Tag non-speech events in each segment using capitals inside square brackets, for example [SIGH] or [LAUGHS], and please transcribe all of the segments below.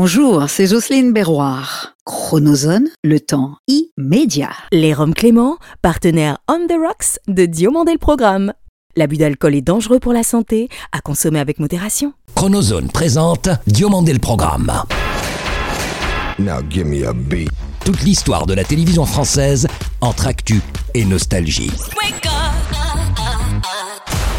Bonjour, c'est Jocelyne Berroir. Chronozone, le temps immédiat. Les Roms Clément, partenaire On The Rocks de Diomandé le Programme. L'abus d'alcool est dangereux pour la santé, à consommer avec modération. Chronozone présente Diomandé le programme. Now give me a beat. Toute l'histoire de la télévision française entre actu et nostalgie.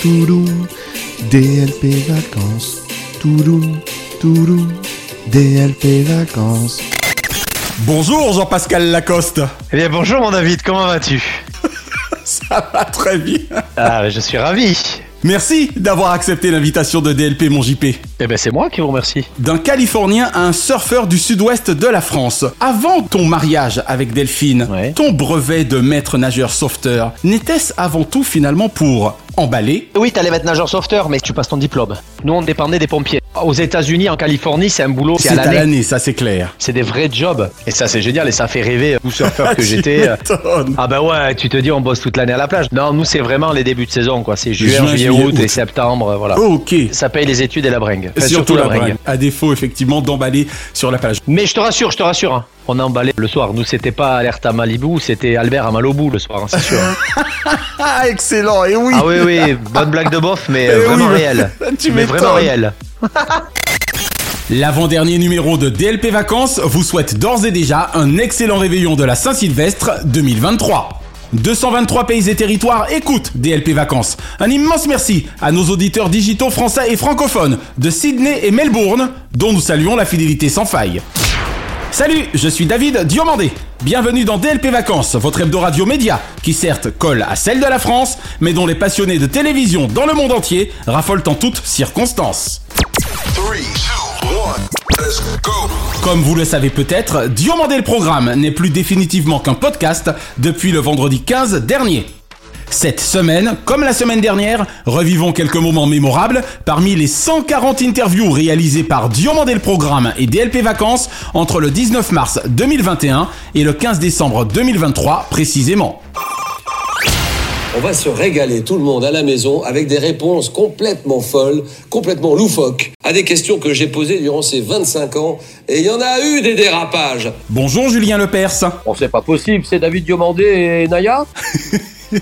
toudou, DLP vacances. Toudou, toudou, DLP vacances. Bonjour Jean-Pascal Lacoste Eh bien bonjour mon David, comment vas-tu [LAUGHS] Ça va très bien Ah mais je suis ravi Merci d'avoir accepté l'invitation de DLP Mon JP. Eh bien c'est moi qui vous remercie. D'un Californien à un surfeur du sud-ouest de la France. Avant ton mariage avec Delphine, Ouais. ton brevet de maître nageur sauveteur, n'était-ce avant tout finalement pour emballer Oui, t'allais mettre nageur sauveteur, mais tu passes ton diplôme. Nous on dépendait des pompiers. Aux États-Unis, en Californie, c'est un boulot qui C'est à à l'année. l'année, ça c'est clair. C'est des vrais jobs. Et ça c'est génial et ça fait rêver tout surfeur que Ah, Tu j'étais. m'étonnes. Ah ben ouais, tu te dis on bosse toute l'année à la plage. Non, nous c'est vraiment les débuts de saison quoi. C'est juin, Juin, juillet, juillet, août août. et euh, septembre, voilà. Ok. Ça paye les études et la bringue. Enfin, surtout la brague. À défaut effectivement d'emballer sur la plage. Mais je te rassure, je te rassure. hein. On a emballé le soir. Nous c'était pas alerte à Malibu, c'était Albert à Malibu le soir, hein, c'est sûr. [LAUGHS] Ah excellent, et [LAUGHS] oui Ah oui, oui, bonne blague de bof, mais euh, Eh vraiment oui, mais- réelle. [LAUGHS] Tu mais vraiment m'étonnes. réelle. L'avant-dernier numéro de DLP Vacances vous souhaite d'ores et déjà un excellent réveillon de la Saint-Sylvestre 2023. 223 pays et territoires écoutent DLP Vacances. Un immense merci à nos auditeurs digitaux français et francophones de Sydney et Melbourne, dont nous saluons la fidélité sans faille. Salut, je suis David Diomandé. Bienvenue dans DLP Vacances, votre hebdo radio média, qui certes colle à celle de la France, mais dont les passionnés de télévision dans le monde entier raffolent en toutes circonstances. Three, two, one, let's go. Comme vous le savez peut-être, Diomandé le programme n'est plus définitivement qu'un podcast depuis le vendredi 15 dernier. Cette semaine, comme la semaine dernière, revivons quelques moments mémorables parmi les 140 interviews réalisées par Diomandé le programme et DLP Vacances entre le 19 mars 2021 et le 15 décembre 2023 précisément. On va se régaler tout le monde à la maison avec des réponses complètement folles, complètement loufoques, à des questions que j'ai posées durant ces 25 ans. Et il y en a eu des dérapages. Bonjour Julien Lepers. Bon, c'est pas possible, c'est David Diomandé et Naya [LAUGHS]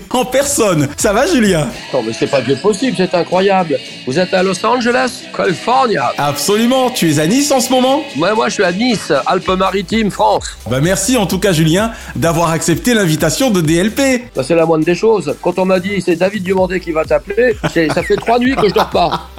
En personne. Ça va Julien Non, mais c'est pas bien possible, c'est incroyable. Vous êtes à Los Angeles, Californie Absolument, tu es à Nice en ce moment Moi, moi, je suis à Nice, Alpes-Maritimes, France. Bah merci en tout cas Julien d'avoir accepté l'invitation de DLP. Ça, Bah, c'est la moindre des choses. Quand on m'a dit c'est David Diomandé qui va t'appeler, c'est- ça fait trois nuits que je dors pas.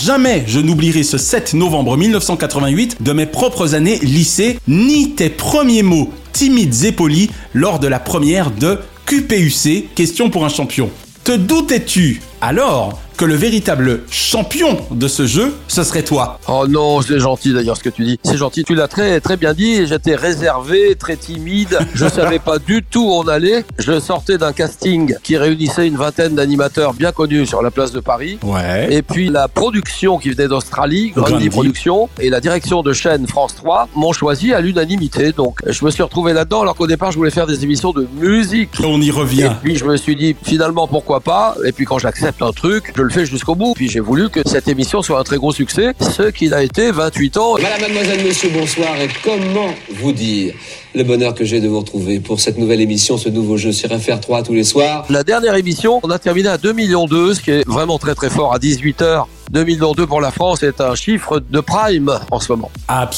Jamais je n'oublierai ce 7 novembre 1988 de mes propres années lycée, ni tes premiers mots timides et polis lors de la première de QPUC, question pour un champion. Te doutais-tu alors que le véritable champion de ce jeu, ce serait toi Oh non, c'est gentil d'ailleurs ce que tu dis. C'est gentil, tu l'as très, très bien dit. J'étais réservé, très timide. Je savais pas du tout où on allait. Je sortais d'un casting qui réunissait une vingtaine d'animateurs bien connus sur la place de Paris. Ouais. Et puis la production qui venait d'Australie, Grundy. Grundy Production, et la direction de chaîne France 3 m'ont choisi à l'unanimité. Donc je me suis retrouvé là-dedans alors qu'au départ je voulais faire des émissions de musique. On y Et revient. puis je me suis dit finalement pourquoi pas. Et puis quand j'accepte un truc, je le fais jusqu'au bout. Puis j'ai voulu que cette émission soit un très gros succès, ce qu'il a été 28 ans. Madame, mademoiselle, monsieur, bonsoir. Et comment vous dire le bonheur que j'ai de vous retrouver pour cette nouvelle émission, ce nouveau jeu sur FR3 tous les soirs La dernière émission, on a terminé à 2 millions 2, ce qui est vraiment très très fort à 18 h 2 millions 2 pour la France est un chiffre de prime en ce moment.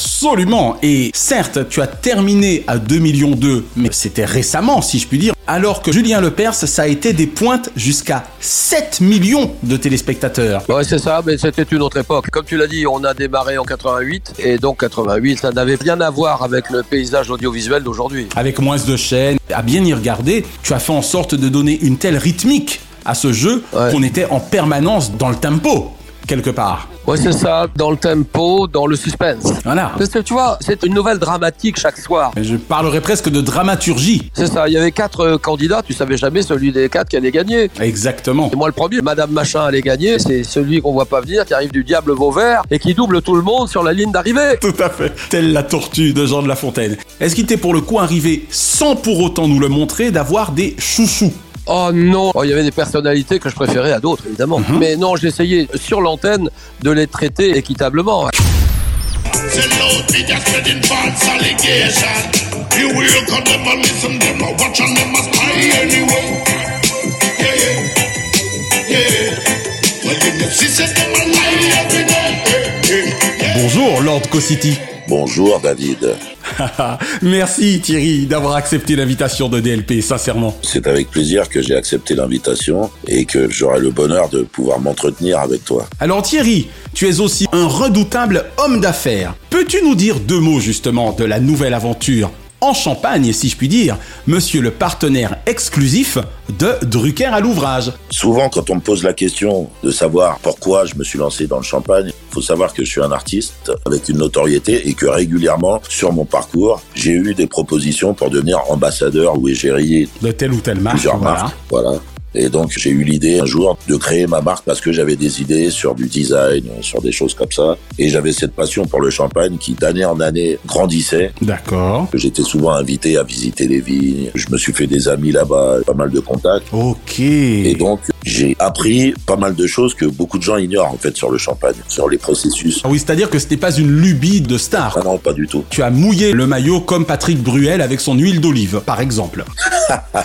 Absolument. Et certes, tu as terminé à 2 millions 2, mais c'était récemment, si je puis dire. Alors que Julien Lepers, ça a été des pointes jusqu'à 7 millions de téléspectateurs. Ouais, c'est ça, mais c'était une autre époque. Comme tu l'as dit, on a démarré en 88, et donc 88, ça n'avait rien à voir avec le paysage audiovisuel d'aujourd'hui. avec moins de chaînes, à bien y regarder, tu as fait en sorte de donner une telle rythmique à ce jeu Ouais. qu'on était en permanence dans le tempo, quelque part. Ouais, c'est ça, dans le tempo, dans le suspense. Voilà. Parce que tu vois, c'est une nouvelle dramatique chaque soir. Mais je parlerai presque de dramaturgie. C'est ça, il y avait quatre euh, candidats, tu savais jamais celui des quatre qui allait gagner. Exactement. Et moi, le premier, Madame Machin allait gagner, c'est celui qu'on voit pas venir, qui arrive du diable Vauvert et qui double tout le monde sur la ligne d'arrivée. Tout à fait. Telle la tortue de Jean de La Fontaine. Est-ce qu'il t'est pour le coup arrivé, sans pour autant nous le montrer, d'avoir des chouchous [LAUGHS] Oh non Oh, Il y avait des personnalités que je préférais à d'autres, évidemment. Mhm. Mais non, j'essayais sur l'antenne de les traiter équitablement. Tell out me just spreading false allegation. You will come them and listen them and watch and them and spy anyway. Yeah, yeah, yeah. Well, you know, she says them and lie every day. Yeah, yeah, yeah. Bonjour, Lord Co-City. Bonjour David, Merci Thierry d'avoir accepté l'invitation de DLP, sincèrement. c'est avec plaisir que j'ai accepté l'invitation et que j'aurai le bonheur de pouvoir m'entretenir avec toi. Alors Thierry, tu es aussi un redoutable homme d'affaires. Peux-tu nous dire deux mots justement de la nouvelle aventure en Champagne, si je puis dire, monsieur le partenaire exclusif de Drucker à l'ouvrage. Souvent quand on me pose la question de savoir pourquoi je me suis lancé dans le champagne, faut savoir que je suis un artiste avec une notoriété et que régulièrement sur mon parcours, j'ai eu des propositions pour devenir ambassadeur ou égérie De telle ou telle marque, plusieurs voilà. marques. Voilà. Et donc j'ai eu l'idée un jour de créer ma marque parce que j'avais des idées sur du design, euh, sur des choses comme ça. Et j'avais cette passion pour le champagne qui d'année en année grandissait. D'accord. J'étais souvent invité à visiter les vignes. Je me suis fait des amis là-bas, pas mal de contacts. Ok. Et donc, j'ai appris pas mal de choses que beaucoup de gens ignorent, en fait, sur le champagne, sur les processus. Ah oui, c'est-à-dire que ce n'est pas une lubie de star. Ah non, pas du tout. Tu as mouillé le maillot comme Patrick Bruel avec son huile d'olive, par exemple. [LAUGHS]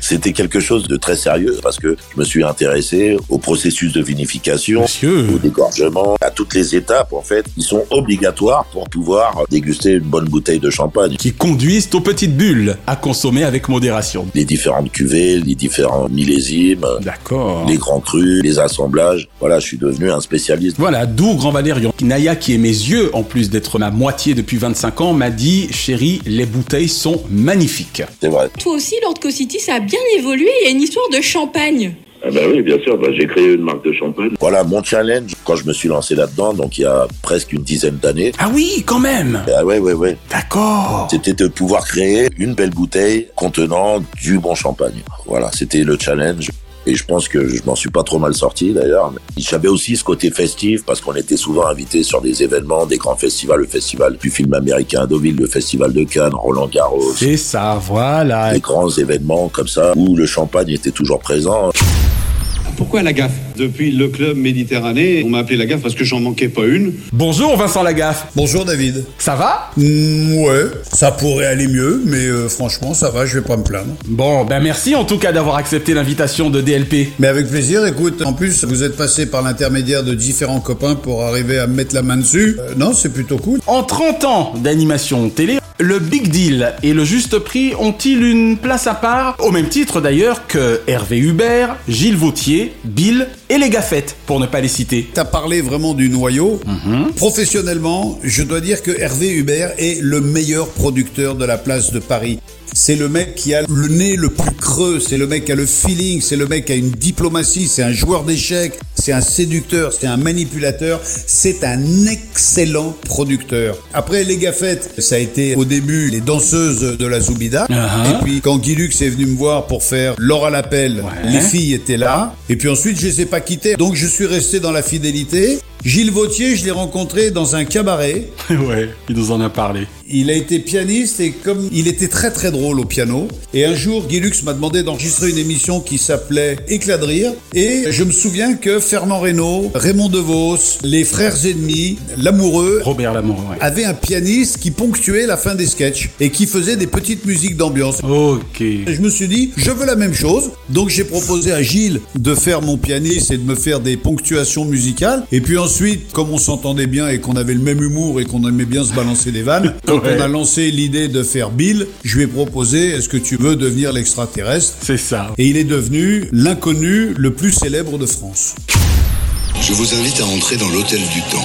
C'était quelque chose de très sérieux parce que je me suis intéressé au processus de vinification, au Monsieur, dégorgement, à toutes les étapes, en fait, qui sont obligatoires pour pouvoir déguster une bonne bouteille de champagne. qui conduisent aux petites bulles à consommer avec modération. Les différentes cuvées, les différents millésimes, D'accord. les grands crus, les assemblages. Voilà, je suis devenu un spécialiste. Voilà, d'où Grand Valérian. Naya, qui est mes yeux, en plus d'être ma moitié depuis 25 ans, m'a dit Chérie, les bouteilles sont magnifiques. C'est vrai. Toi aussi, Lord Co-City, ça a bien évolué. Il y a une histoire de champagne. Ah bah oui, bien sûr, j'ai créé une marque de champagne. Voilà, mon challenge, quand je me suis lancé là-dedans, donc il y a presque une dizaine d'années, Ah oui, quand même ah ouais, ouais, ouais, D'accord c'était de pouvoir créer une belle bouteille contenant du bon champagne. Voilà, c'était le challenge. Et je pense que je m'en suis pas trop mal sorti d'ailleurs. Mais J'avais aussi ce côté festif parce qu'on était souvent invité sur des événements, des grands festivals, le festival du film américain à Deauville, le festival de Cannes, Roland Garros, C'est ça, voilà. des grands événements comme ça où le champagne était toujours présent. Pourquoi la gaffe Depuis le club Méditerranée, on m'a appelé la gaffe parce que j'en manquais pas une. Bonjour Vincent Lagaffe, Bonjour David. ça va Mm, ouais, ça pourrait aller mieux, mais euh, franchement, ça va, je vais pas me plaindre. Bon, ben merci en tout cas d'avoir accepté l'invitation de DLP. Mais avec plaisir, écoute, en plus, vous êtes passé par l'intermédiaire de différents copains pour arriver à me mettre la main dessus. Euh, non, c'est plutôt cool. En 30 ans d'animation télé, le Big Deal et le Juste Prix ont-ils une place à part Au même titre d'ailleurs que Hervé Hubert, Gilles Vautier, Bill et les Gaffettes, pour ne pas les citer. Mhm. T'as parlé vraiment du noyau. Professionnellement, je dois dire que Hervé Hubert est le meilleur producteur de la place de Paris. C'est le mec qui a le nez le plus creux, c'est le mec qui a le feeling, c'est le mec qui a une diplomatie, c'est un joueur d'échecs, c'est un séducteur, c'est un manipulateur, c'est un excellent producteur. Après les gaffettes, ça a été au début les danseuses de la Zoubida. Uh-huh. Et puis quand Guy Lux est venu me voir pour faire l'or à l'appel, Ouais. les filles étaient là. Et puis ensuite, je les ai pas quittés. Donc je suis resté dans la fidélité. Gilles Vautier, je l'ai rencontré dans un cabaret. [LAUGHS] ouais, il nous en a parlé. Il a été pianiste et comme il était très très drôle au piano, et un jour Guy Lux m'a demandé d'enregistrer une émission qui s'appelait Éclat de rire, et je me souviens que Fernand Reynaud, Raymond DeVos, les frères ennemis, l'amoureux, Robert Lamour, ouais. avait un pianiste qui ponctuait la fin des sketchs et qui faisait des petites musiques d'ambiance. Ok. Et Je me suis dit, je veux la même chose. Donc j'ai proposé à Gilles de faire mon pianiste et de me faire des ponctuations musicales. Et puis ensuite, comme on s'entendait bien et qu'on avait le même humour et qu'on aimait bien se balancer des [LAUGHS] vannes, quand Ouais. on a lancé l'idée de faire Bill, je lui ai proposé, est-ce que tu veux devenir l'extraterrestre C'est ça. Et il est devenu l'inconnu le plus célèbre de France. Je vous invite à entrer dans l'hôtel du temps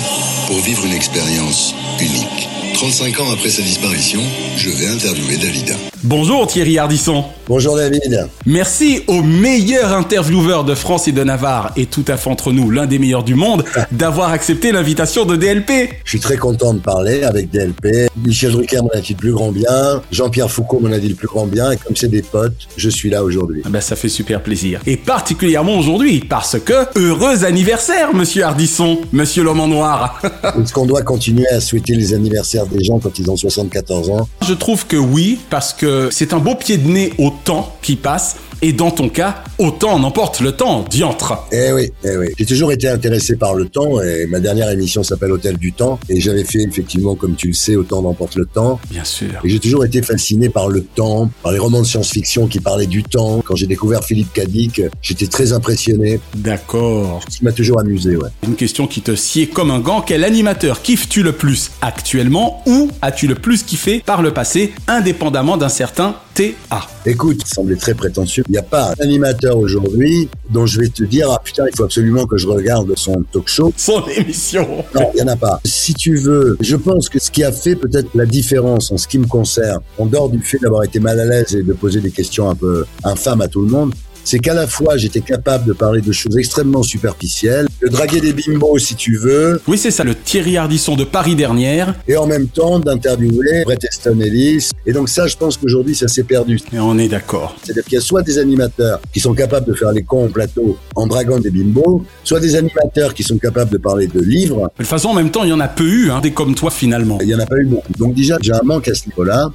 pour vivre une expérience unique. 35 ans après sa disparition, je vais interviewer Dalida. Bonjour Thierry Hardisson. Bonjour David. Merci au meilleur intervieweur de France et de Navarre, et tout à fait entre nous, l'un des meilleurs du [LAUGHS] monde, d'avoir accepté l'invitation de DLP. Je suis très content de parler avec DLP. Michel Drucker m'en a dit le plus grand bien. Jean-Pierre Foucault m'en a dit le plus grand bien. Et comme c'est des potes, je suis là aujourd'hui. Ben, ça fait super plaisir. Et particulièrement aujourd'hui, parce que heureux anniversaire, monsieur Hardisson, monsieur l'homme en noir. [LAUGHS] Est-ce qu'on doit continuer à souhaiter les anniversaires des gens quand ils ont 74 ans Je trouve que oui, parce que c'est un beau pied de nez au temps qui passe. Et dans ton cas, autant en emporte le temps, diantre. Eh oui, eh oui. J'ai toujours été intéressé par le temps et ma dernière émission s'appelle Hôtel du Temps et j'avais fait effectivement, comme tu le sais, Autant d'emporte le temps. Bien sûr. Et j'ai toujours été fasciné par le temps, par les romans de science-fiction qui parlaient du temps. Quand j'ai découvert Philippe Cadic, j'étais très impressionné. D'accord. Ça m'a toujours amusé, ouais. Une question qui te sied comme un gant. Quel animateur kiffes-tu le plus actuellement ou as-tu le plus kiffé par le passé, indépendamment d'un certain TA Ah. Écoute, ça semblait très prétentieux. Il n'y a pas un animateur aujourd'hui dont je vais te dire, ah putain, il faut absolument que je regarde son talk show. [LAUGHS] Son émission. Non, il n'y en a pas. Si tu veux, je pense que ce qui a fait peut-être la différence en ce qui me concerne, en dehors du fait d'avoir été mal à l'aise et de poser des questions un peu infâmes à tout le monde, c'est qu'à la fois j'étais capable de parler de choses extrêmement superficielles, de draguer des bimbos si tu veux, Oui, c'est ça, le Thierry Hardisson de Paris dernière. et en même temps d'interviewer Bret Easton Ellis. Et donc ça, je pense qu'aujourd'hui, ça s'est perdu. Et on est d'accord. C'est-à-dire qu'il y a soit des animateurs qui sont capables de faire les cons en plateau en draguant des bimbos, soit des animateurs qui sont capables de parler de livres. De toute façon, en même temps, il y en a peu eu, hein, des comme toi finalement. Il n'y en a pas eu beaucoup. Donc déjà, j'ai un manque à ce niveau-là.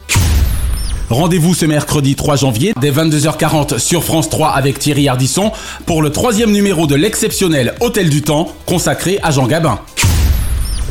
Rendez-vous ce mercredi 3 janvier dès 22h40 sur France 3 avec Thierry Hardisson pour le troisième numéro de l'exceptionnel Hôtel du Temps consacré à Jean Gabin.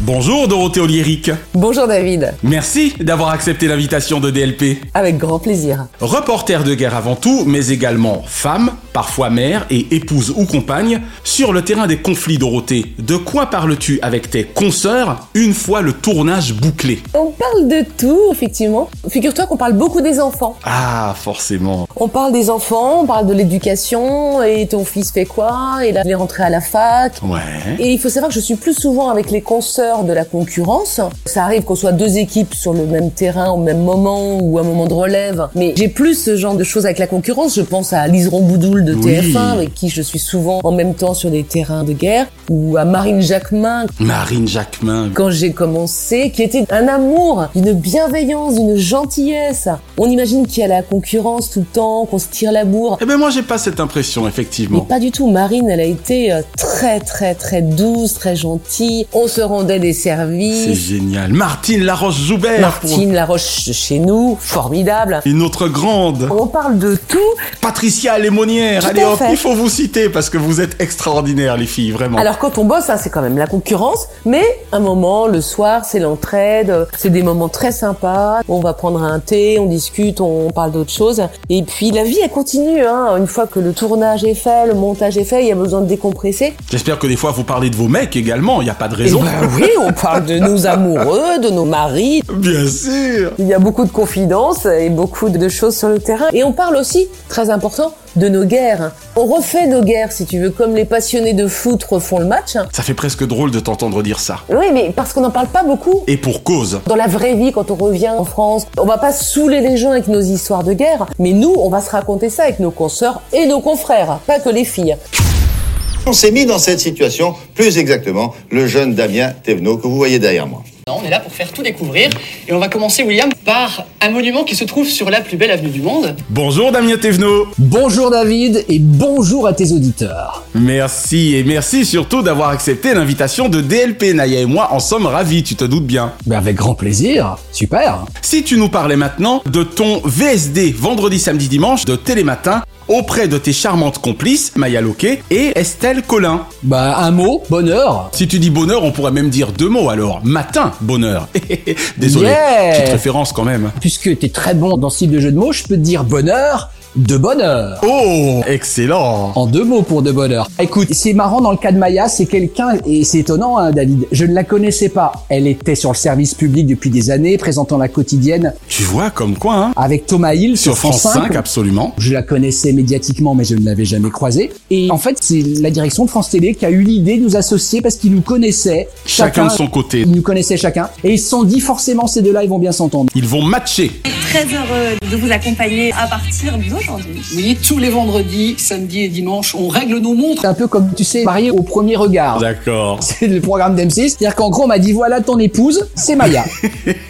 Bonjour Dorothée Oliéric. Bonjour David, Merci d'avoir accepté l'invitation de DLP. avec grand plaisir. Reporter de guerre avant tout, mais également femme, parfois mère et épouse ou compagne, sur le terrain des conflits Dorothée. De quoi parles-tu avec tes consoeurs une fois le tournage bouclé On parle de tout, effectivement. Figure-toi qu'on parle beaucoup des enfants. Ah, forcément. On parle des enfants, on parle de l'éducation, et ton fils fait quoi, et là, il est rentré à la fac. Ouais. Et il faut savoir que je suis plus souvent avec les consoeurs de la concurrence. Ça arrive qu'on soit deux équipes sur le même terrain au même moment ou à un moment de relève. Mais j'ai plus ce genre de choses avec la concurrence. Je pense à Liseron Boudoul de Oui. TF1 avec qui je suis souvent en même temps sur des terrains de guerre ou à Marine Jacquemin Marine Jacquemin. quand j'ai commencé, qui était un amour, une bienveillance, une gentillesse. On imagine qu'il y a la concurrence tout le temps, qu'on se tire la bourre. Eh ben moi j'ai pas cette impression Mais effectivement. pas du tout. Marine, elle a été euh, très, très, très douce, très gentille. On se rendait des C'est services. génial. Martine Laroche-Joubert Martine Laroche de chez nous, formidable. pour une autre grande. On parle de tout. Patricia Lémonière. Tout à Allez hop, fait. il faut vous citer parce que vous êtes extraordinaires les filles, vraiment. Alors quand on bosse, hein, c'est quand même la concurrence, mais un moment, le soir, c'est l'entraide, euh, c'est des moments très sympas, on va prendre un thé, on discute, on parle d'autres choses, et puis la vie, elle continue, hein. une fois que le tournage est fait, le montage est fait, il y a besoin de décompresser. J'espère que des fois vous parlez de vos mecs également, il n'y a pas de raison. Eh ben oui, on parle de nos amoureux, de nos maris, Bien sûr. il y a beaucoup de confidences et beaucoup de choses sur le terrain. Et on parle aussi, très important, de nos guerres. On refait nos guerres, si tu veux, comme les passionnés de foot refont le match. Ça fait presque drôle de t'entendre dire ça. Oui, mais parce qu'on n'en parle pas beaucoup. Et pour cause. Dans la vraie vie, quand on revient en France, on va pas saouler les gens avec nos histoires de guerre, mais nous, on va se raconter ça avec nos consoeurs et nos confrères, pas que les filles. On s'est mis dans cette situation, plus exactement, le jeune Damien Thévenot que vous voyez derrière moi. Non, on est là pour faire tout découvrir et on va commencer, William, par un monument qui se trouve sur la plus belle avenue du monde. Bonjour Damien Thévenot. Bonjour David et bonjour à tes auditeurs. Merci et merci surtout d'avoir accepté l'invitation de DLP. Naya et moi en sommes ravis, tu te doutes bien. Ben avec grand plaisir, super. Si tu nous parlais maintenant de ton VSD vendredi, samedi, dimanche de Télématin auprès de tes charmantes complices Maya Loquet et Estelle Collin. Bah un mot, bonheur. Si tu dis bonheur, on pourrait même dire deux mots alors. Matin, bonheur. [LAUGHS] Désolé, Yeah. petite référence quand même. Puisque t'es très bon dans ce type de jeu de mots, je peux te dire bonheur de bonheur. Oh, excellent. En deux mots pour de bonheur. Écoute, c'est marrant dans le cas de Maya, c'est quelqu'un, et c'est étonnant hein, David, je ne la connaissais pas. Elle était sur le service public depuis des années, présentant la quotidienne Tu vois comme quoi, hein avec Thomas Hill Sur France 5, absolument. Je la connaissais médiatiquement, mais je ne l'avais jamais croisée. Et en fait, c'est la direction de France Télé qui a eu l'idée de nous associer parce qu'ils nous connaissaient. Chacun de son côté. Ils nous connaissaient chacun. Et ils se sont dit, forcément, ces deux-là, ils vont bien s'entendre. Ils vont matcher. très heureux de vous accompagner à partir d'aujourd'hui. Vous voyez, tous les vendredis, samedis et dimanches, on règle nos montres. C'est un peu comme, tu sais, marié au premier regard. D'accord. [LAUGHS] C'est le programme d'M6. C'est-à-dire qu'en gros, on m'a dit voilà ton épouse, c'est Maya.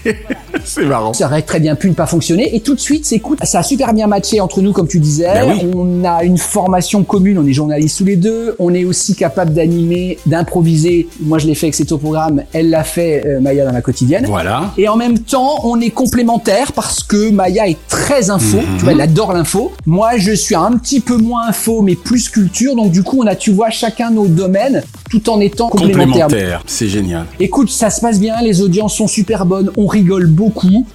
[LAUGHS] c'est marrant. Ça aurait très bien pu ne pas fonctionner. Et tout de suite, c'est cool. Ça a super bien matché entre nous, comme tu disais. Ben oui. On a une formation commune. On est journalistes tous les deux. On est aussi capable d'animer, d'improviser. Moi, je l'ai fait avec ses programme. Elle l'a fait, euh, Maya, dans la quotidienne. Voilà. Et en même temps, on est complémentaires parce que Maya est très info. Mhm. Tu vois, elle adore l'info. Moi, je suis un petit peu moins info, mais plus culture. Donc, du coup, on a, tu vois, chacun nos domaines tout en étant complémentaires. Complémentaire. C'est génial. Écoute, ça se passe bien. Les audiences sont super bonnes. On rigole beaucoup.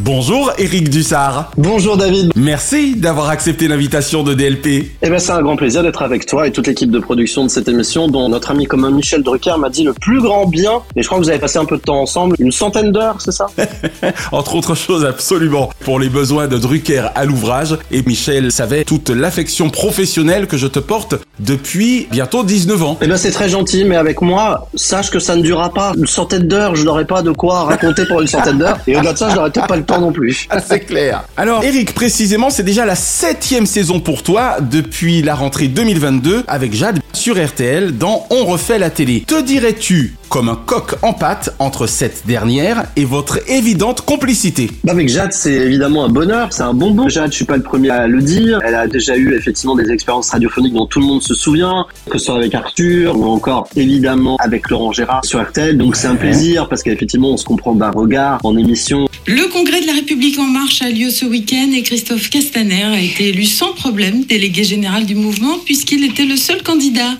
Bonjour Eric Dussard. Bonjour David. Merci d'avoir accepté l'invitation de DLP. Eh ben, c'est un grand plaisir d'être avec toi et toute l'équipe de production de cette émission dont notre ami commun Michel Drucker m'a dit le plus grand bien. Et je crois que vous avez passé un peu de temps ensemble, une centaine d'heures, [LAUGHS] c'est ça? [LAUGHS] Eh Entre autres choses, absolument. Pour les besoins de Drucker à l'ouvrage, et Michel savait toute l'affection professionnelle que je te porte depuis bientôt 19 ans. Eh ben, c'est très gentil, mais avec moi, sache que ça ne durera pas une centaine d'heures. Je n'aurai pas de quoi raconter pour une centaine d'heures. Et au-delà de ça, je n'aurai peut-être pas le temps non plus. Ah, C'est clair. Alors, Eric, précisément, c'est déjà la septième saison pour toi depuis la rentrée 2022 avec Jade sur RTL dans On refait la télé. Te dirais-tu comme un coq en pâte entre cette dernière et votre évidente complicité Bah, avec Jade, c'est évidemment un bonheur, c'est un bonbon. Jade, je suis pas le premier à le dire. Elle a déjà eu effectivement des expériences radiophoniques dont tout le monde se souvient, que ce soit avec Arthur ou encore évidemment avec Laurent Gérard sur RTL. Donc c'est un plaisir parce qu'effectivement on se comprend d'un regard en émission. Le congrès de la République en marche a lieu ce week-end et Christophe Castaner a été élu sans problème délégué général du mouvement puisqu'il était le seul candidat.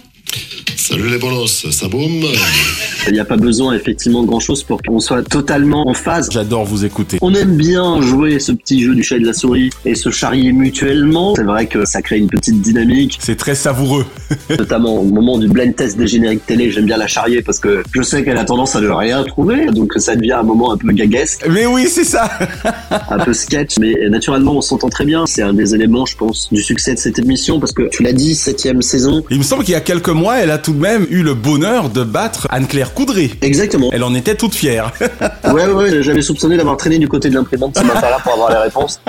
Salut les bolos, ça boum Il n'y a pas besoin effectivement de grand chose pour qu'on soit totalement en phase. J'adore vous écouter. On aime bien jouer ce petit jeu du chat et de la souris et se charrier mutuellement. C'est vrai que ça crée une petite dynamique. C'est très savoureux. [LAUGHS] Notamment au moment du blind test des génériques télé, j'aime bien la charrier parce que je sais qu'elle a tendance à ne rien trouver. Donc ça devient un moment un peu gaguesque, Mais oui, c'est ça un peu sketch. Mais naturellement, on s'entend très bien. C'est un des éléments, je pense, du succès de cette émission parce que tu l'as dit, septième saison. Il me semble qu'il y a quelques mois, elle a tout de même eu le bonheur de battre Anne-Claire Coudray. Exactement. Elle en était toute fière. [LAUGHS] Ouais, ouais, ouais, j'avais soupçonné d'avoir traîné du côté de l'imprimante ce matin-là pour avoir les réponses.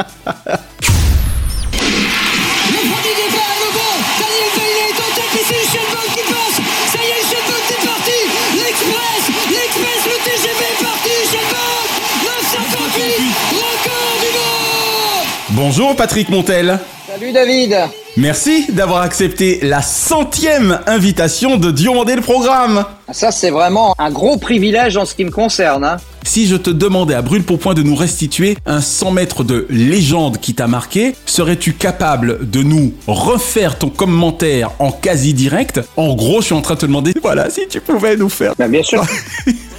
Bonjour Patrick Montel. Salut David Merci d'avoir accepté la centième invitation de Diomandé le programme. Ça c'est vraiment un gros privilège en ce qui me concerne. hein. Si je te demandais à brûle pour point de nous restituer un 100 mètres de légende qui t'a marqué, serais-tu capable de nous refaire ton commentaire en quasi direct En gros, je suis en train de te demander, voilà, si tu pouvais nous faire. Bah, [LAUGHS] bien sûr.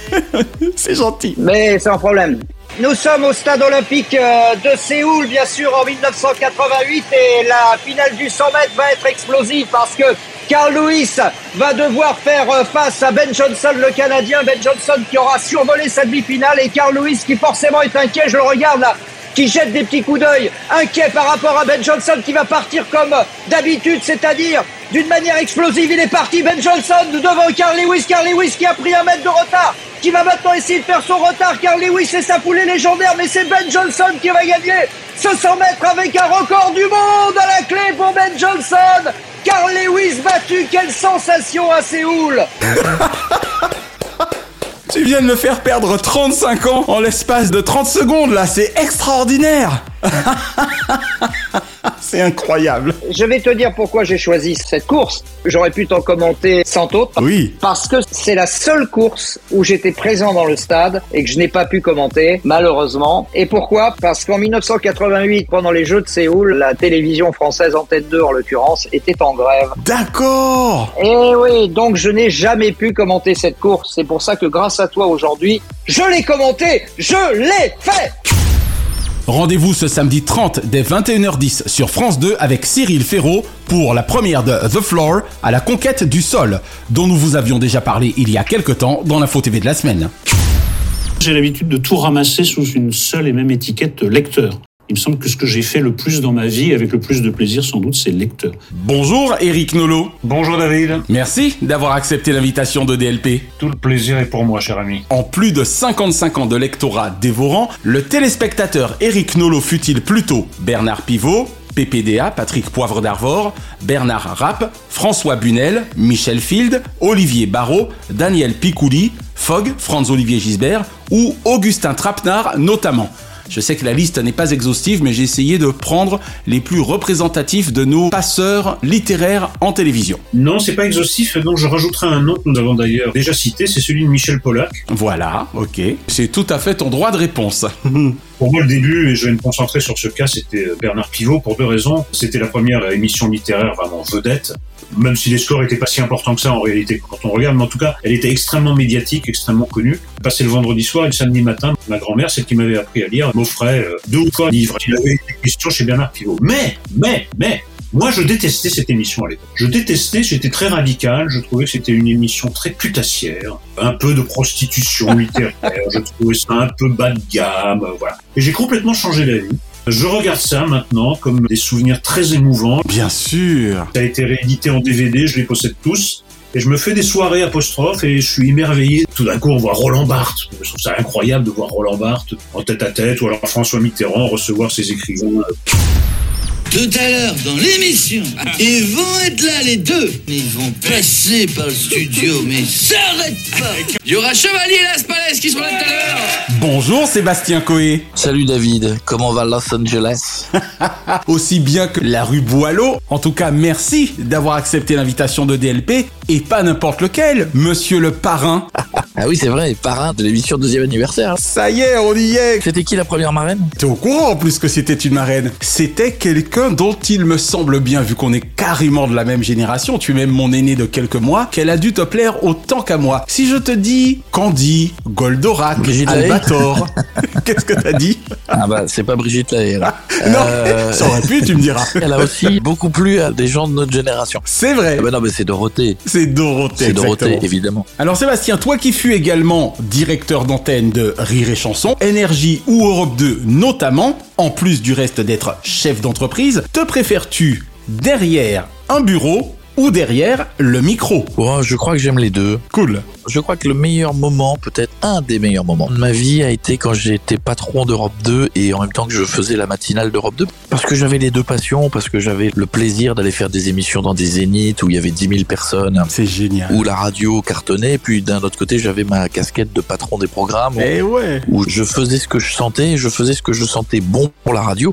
[LAUGHS] C'est gentil. Mais sans problème. Nous sommes au stade olympique euh, de Séoul, bien sûr, en 1988, et la finale du 100 mètres va être explosive parce que Carl Lewis va devoir faire euh, face à Ben Johnson, le Canadien, Ben Johnson qui aura survolé sa demi-finale, et Carl Lewis qui forcément est inquiet, je le regarde là, qui jette des petits coups d'œil, inquiet par rapport à Ben Johnson qui va partir comme d'habitude, c'est-à-dire d'une manière explosive. Il est parti, Ben Johnson devant Carl Lewis, Carl Lewis qui a pris un mètre de retard, qui va maintenant essayer de faire son retard. Carl Lewis et sa foulée légendaire, mais c'est Ben Johnson qui va gagner ce 100 mètres avec un record du monde à la clé pour Ben Johnson. Carl Lewis battu, quelle sensation à Séoul Tu viens de me faire perdre 35 ans en l'espace de 30 secondes là, c'est extraordinaire [LAUGHS] C'est incroyable Je vais te dire pourquoi j'ai choisi cette course. J'aurais pu t'en commenter sans autres. Oui. Parce que c'est la seule course où j'étais présent dans le stade et que je n'ai pas pu commenter, malheureusement. Et pourquoi Parce qu'en 1988, pendant les Jeux de Séoul, la télévision française Antenne 2 en l'occurrence était en grève. D'accord Et oui, donc je n'ai jamais pu commenter cette course. C'est pour ça que grâce à toi aujourd'hui, je l'ai commenté, je l'ai fait Rendez-vous ce samedi 30 dès 21h10 sur France 2 avec Cyril Ferraud pour la première de The Floor à la conquête du sol, dont nous vous avions déjà parlé il y a quelque temps dans l'info TV de la semaine. J'ai l'habitude de tout ramasser sous une seule et même étiquette lecteur. Il me semble que ce que j'ai fait le plus dans ma vie, avec le plus de plaisir sans doute, c'est le lecteur. Bonjour Eric Nolot. Bonjour David. Merci d'avoir accepté l'invitation de DLP. Tout le plaisir est pour moi, cher ami. En plus de 55 ans de lectorat dévorant, le téléspectateur Eric Nolot fut-il plutôt Bernard Pivot, PPDA, Patrick Poivre d'Arvor, Bernard Rapp, François Bunel, Michel Field, Olivier Barrault, Daniel Picouli, Fogg, Franz-Olivier Gisbert ou Augustin Trapenard notamment. Je sais que la liste n'est pas exhaustive, mais j'ai essayé de prendre les plus représentatifs de nos passeurs littéraires en télévision. Non, c'est pas exhaustif, donc je rajouterai un nom que nous avons d'ailleurs déjà cité, c'est celui de Michel Pollack. Voilà, ok. C'est tout à fait ton droit de réponse. [LAUGHS] Pour moi, le début, et je vais me concentrer sur ce cas, c'était euh, Bernard Pivot pour deux raisons. C'était la première émission littéraire vraiment vedette, même si les scores étaient pas si importants que ça en réalité quand on regarde, mais en tout cas, elle était extrêmement médiatique, extrêmement connue. Passé le vendredi soir et le samedi matin, ma grand-mère, celle qui m'avait appris à lire, m'offrait euh, deux ou trois livres. Il avait des questions chez Bernard Pivot. Mais, mais, mais, moi, je détestais cette émission à l'époque. Je détestais, j'étais très radical, je trouvais que c'était une émission très putassière, un peu de [LAUGHS] prostitution littéraire, je trouvais ça un peu bas de gamme, euh, voilà. Et j'ai complètement changé d'avis. Je regarde ça maintenant comme des souvenirs très émouvants. Bien sûr. Ça a été réédité en DVD, je les possède tous. Et je me fais des soirées apostrophes et je suis émerveillé. Tout d'un coup, on voit Roland Barthes. Je trouve ça incroyable de voir Roland Barthes en tête à tête ou alors François Mitterrand recevoir ses écrivains. euh, Tout à l'heure dans l'émission, ils vont être là les deux. Mais Ils vont passer par le studio, mais s'arrête pas. Il y aura Chevalier et Las Palais qui seront là tout à l'heure. Bonjour Sébastien Coé. Salut David, comment va Los Angeles [LAUGHS] Aussi bien que la rue Boileau. En tout cas, merci d'avoir accepté l'invitation de DLP et pas n'importe lequel, monsieur le parrain. [LAUGHS] Ah oui c'est vrai, parrain de l'émission deuxième anniversaire. Ça y est, on y est. C'était qui la première marraine T'es au courant en plus que c'était une marraine. C'était quelqu'un dont il me semble bien, vu qu'on est carrément de la même génération, tu es même mon aîné de quelques mois, qu'elle a dû te plaire autant qu'à moi. Si je te dis Candy, Goldorak, Brigitte Lahaie. Albator, [LAUGHS] qu'est-ce que t'as dit Ah bah c'est pas Brigitte Lahaie là. [LAUGHS] Euh, Non, ça aurait pu, tu me diras. [LAUGHS] Elle a aussi beaucoup plu à des gens de notre génération. C'est vrai. Ah bah non mais c'est Dorothée. C'est Dorothée. C'est Dorothée exactement. évidemment. Alors Sébastien, toi qui fus également directeur d'antenne de Rire et Chanson, Énergie ou Europe 2 notamment, en plus du reste d'être chef d'entreprise, te préfères-tu derrière un bureau ou derrière le micro Ouais, Oh, je crois que j'aime les deux. Cool. Je crois que le meilleur moment, peut-être un des meilleurs moments de ma vie, a été quand j'étais patron d'Europe 2 et en même temps que je faisais la matinale d'Europe 2. Parce que j'avais les deux passions, parce que j'avais le plaisir d'aller faire des émissions dans des zéniths où il y avait 10 000 personnes, C'est génial. où la radio cartonnait. Puis d'un autre côté, j'avais ma casquette de patron des programmes, où- Eh ouais. où je faisais ce que je sentais, je faisais ce que je sentais bon pour la radio.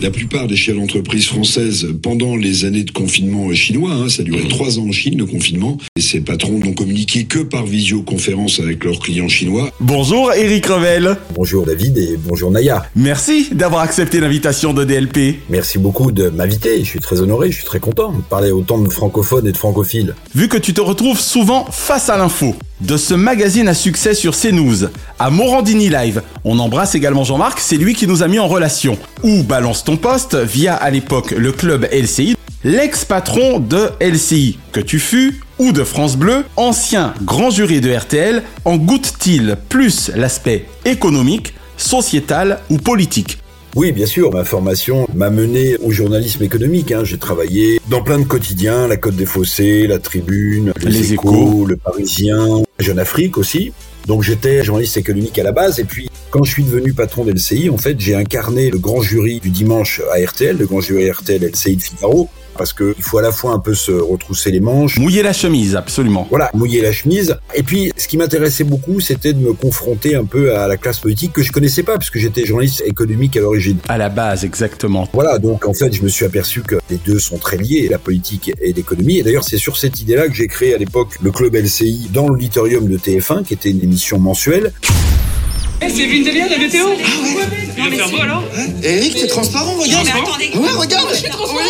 La plupart des chefs d'entreprise françaises, pendant les années de confinement chinois, hein, ça Mhm. durait trois ans en Chine, le confinement, et ces patrons n'ont communiqué que par visioconférence avec leurs clients chinois. Bonjour Eric Revel. Bonjour David et bonjour Naya. Merci d'avoir accepté l'invitation de DLP. Merci beaucoup de m'inviter. Je suis très honoré, je suis très content de parler autant de francophones et de francophiles. Vu que tu te retrouves souvent face à l'info, de ce magazine à succès sur CNews, à Morandini Live, on embrasse également Jean-Marc, c'est lui qui nous a mis en relation, ou Balance ton poste via à l'époque le club LCI, l'ex-patron de LCI, que tu fus, ou de France Bleu, ancien grand jury de RTL, en goûte-t-il plus l'aspect économique, sociétal ou politique Oui, bien sûr, ma formation m'a mené au journalisme économique. hein. J'ai travaillé dans plein de quotidiens, la Côte des Fossés, la Tribune, les, Les échos, Échos. le Parisien, Jeune Afrique aussi. Donc j'étais journaliste économique à la base et puis quand je suis devenu patron de LCI, en fait, j'ai incarné le grand jury du dimanche à RTL, le grand jury RTL LCI de Figaro, parce qu'il faut à la fois un peu se retrousser les manches, Mouiller la chemise, absolument. voilà, mouiller la chemise. Et puis, ce qui m'intéressait beaucoup, c'était de me confronter un peu à la classe politique que je connaissais pas, puisque j'étais journaliste économique à l'origine. À la base, exactement. Voilà, donc en fait, je me suis aperçu que les deux sont très liés, la politique et l'économie. Et d'ailleurs, c'est sur cette idée-là que j'ai créé à l'époque le club LCI dans l'auditorium de TF1, qui était une émission mensuelle. Eh, c'est Vindelia la météo Ah ouais faire beau alors Eh, Eric, t'es transparent, regarde Non mais attendez Ouais, regarde Il n'y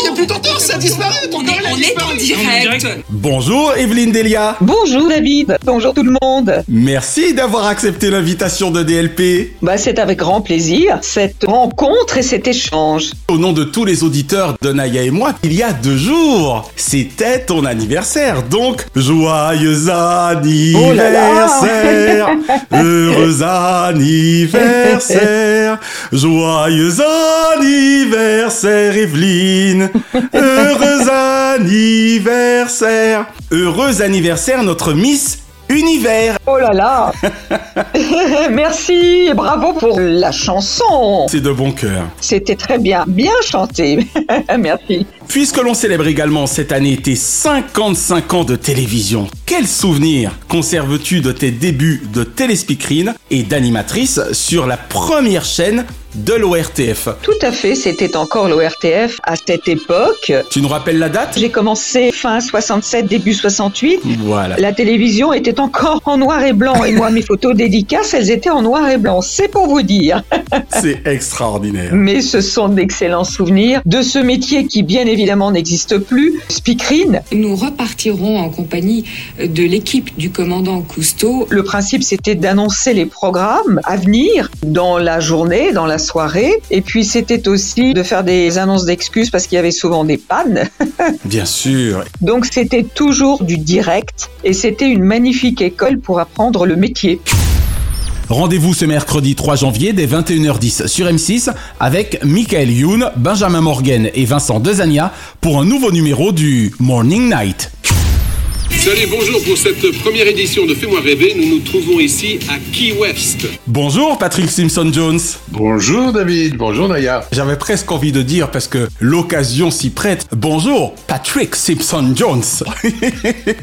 a plus ton torse, ça a disparu Ton corps, On est en direct Bonjour Evelyne Delia. Bonjour David, bonjour tout le monde. Merci d'avoir accepté l'invitation de DLP. Bah, c'est avec grand plaisir cette rencontre et cet échange. Au nom de tous les auditeurs de Naya et moi, il y a deux jours, c'était ton anniversaire. Donc, joyeux Oh là là anniversaire, heureux anniversaire, Joyeux anniversaire Evelyne Heureux anniversaire Heureux anniversaire notre Miss Univers Oh là [LAUGHS] là [LAUGHS] Merci et bravo pour la chanson C'est de bon cœur. C'était très bien, bien chanté. [LAUGHS] Merci. Puisque l'on célèbre également cette année tes 55 ans de télévision, quels souvenirs conserves-tu de tes débuts de téléspicrine et d'animatrice sur la première chaîne de l'ORTF Tout à fait, c'était encore l'ORTF à cette époque. Tu nous rappelles la date J'ai commencé fin 67, début 68. Voilà. La télévision était encore en noir et blanc et moi mes photos dédicaces, elles étaient en noir et blanc, c'est pour vous dire. C'est extraordinaire. Mais ce sont d'excellents souvenirs de ce métier qui bien évidemment n'existe plus, speakerine. Nous repartirons en compagnie de l'équipe du commandant Cousteau. Le principe c'était d'annoncer les programmes à venir dans la journée, dans la soirée et puis c'était aussi de faire des annonces d'excuses parce qu'il y avait souvent des pannes. [LAUGHS] Bien sûr. Donc c'était toujours du direct et c'était une magnifique école pour apprendre le métier. Rendez-vous ce mercredi 3 janvier dès 21h10 sur M6 avec Michael Youn, Benjamin Morgan et Vincent Desagna pour un nouveau numéro du Morning Night. Salut, bonjour. Pour cette première édition de Fais-moi rêver, nous nous trouvons ici à Key West. Bonjour Patrick Simpson-Jones. Bonjour David, bonjour Naya. J'avais presque envie de dire, parce que l'occasion s'y prête, bonjour Patrick [LAUGHS] Simpson-Jones.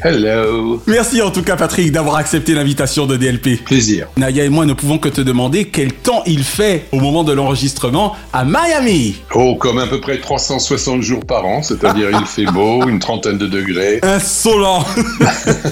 Hello. Merci en tout cas Patrick d'avoir accepté l'invitation de DLP. Plaisir. Naya et moi ne pouvons que te demander quel temps il fait au moment de l'enregistrement à Miami. Oh, comme à peu près 360 jours par an, c'est-à-dire il fait beau, une trentaine de degrés. Insolent. [LAUGHS]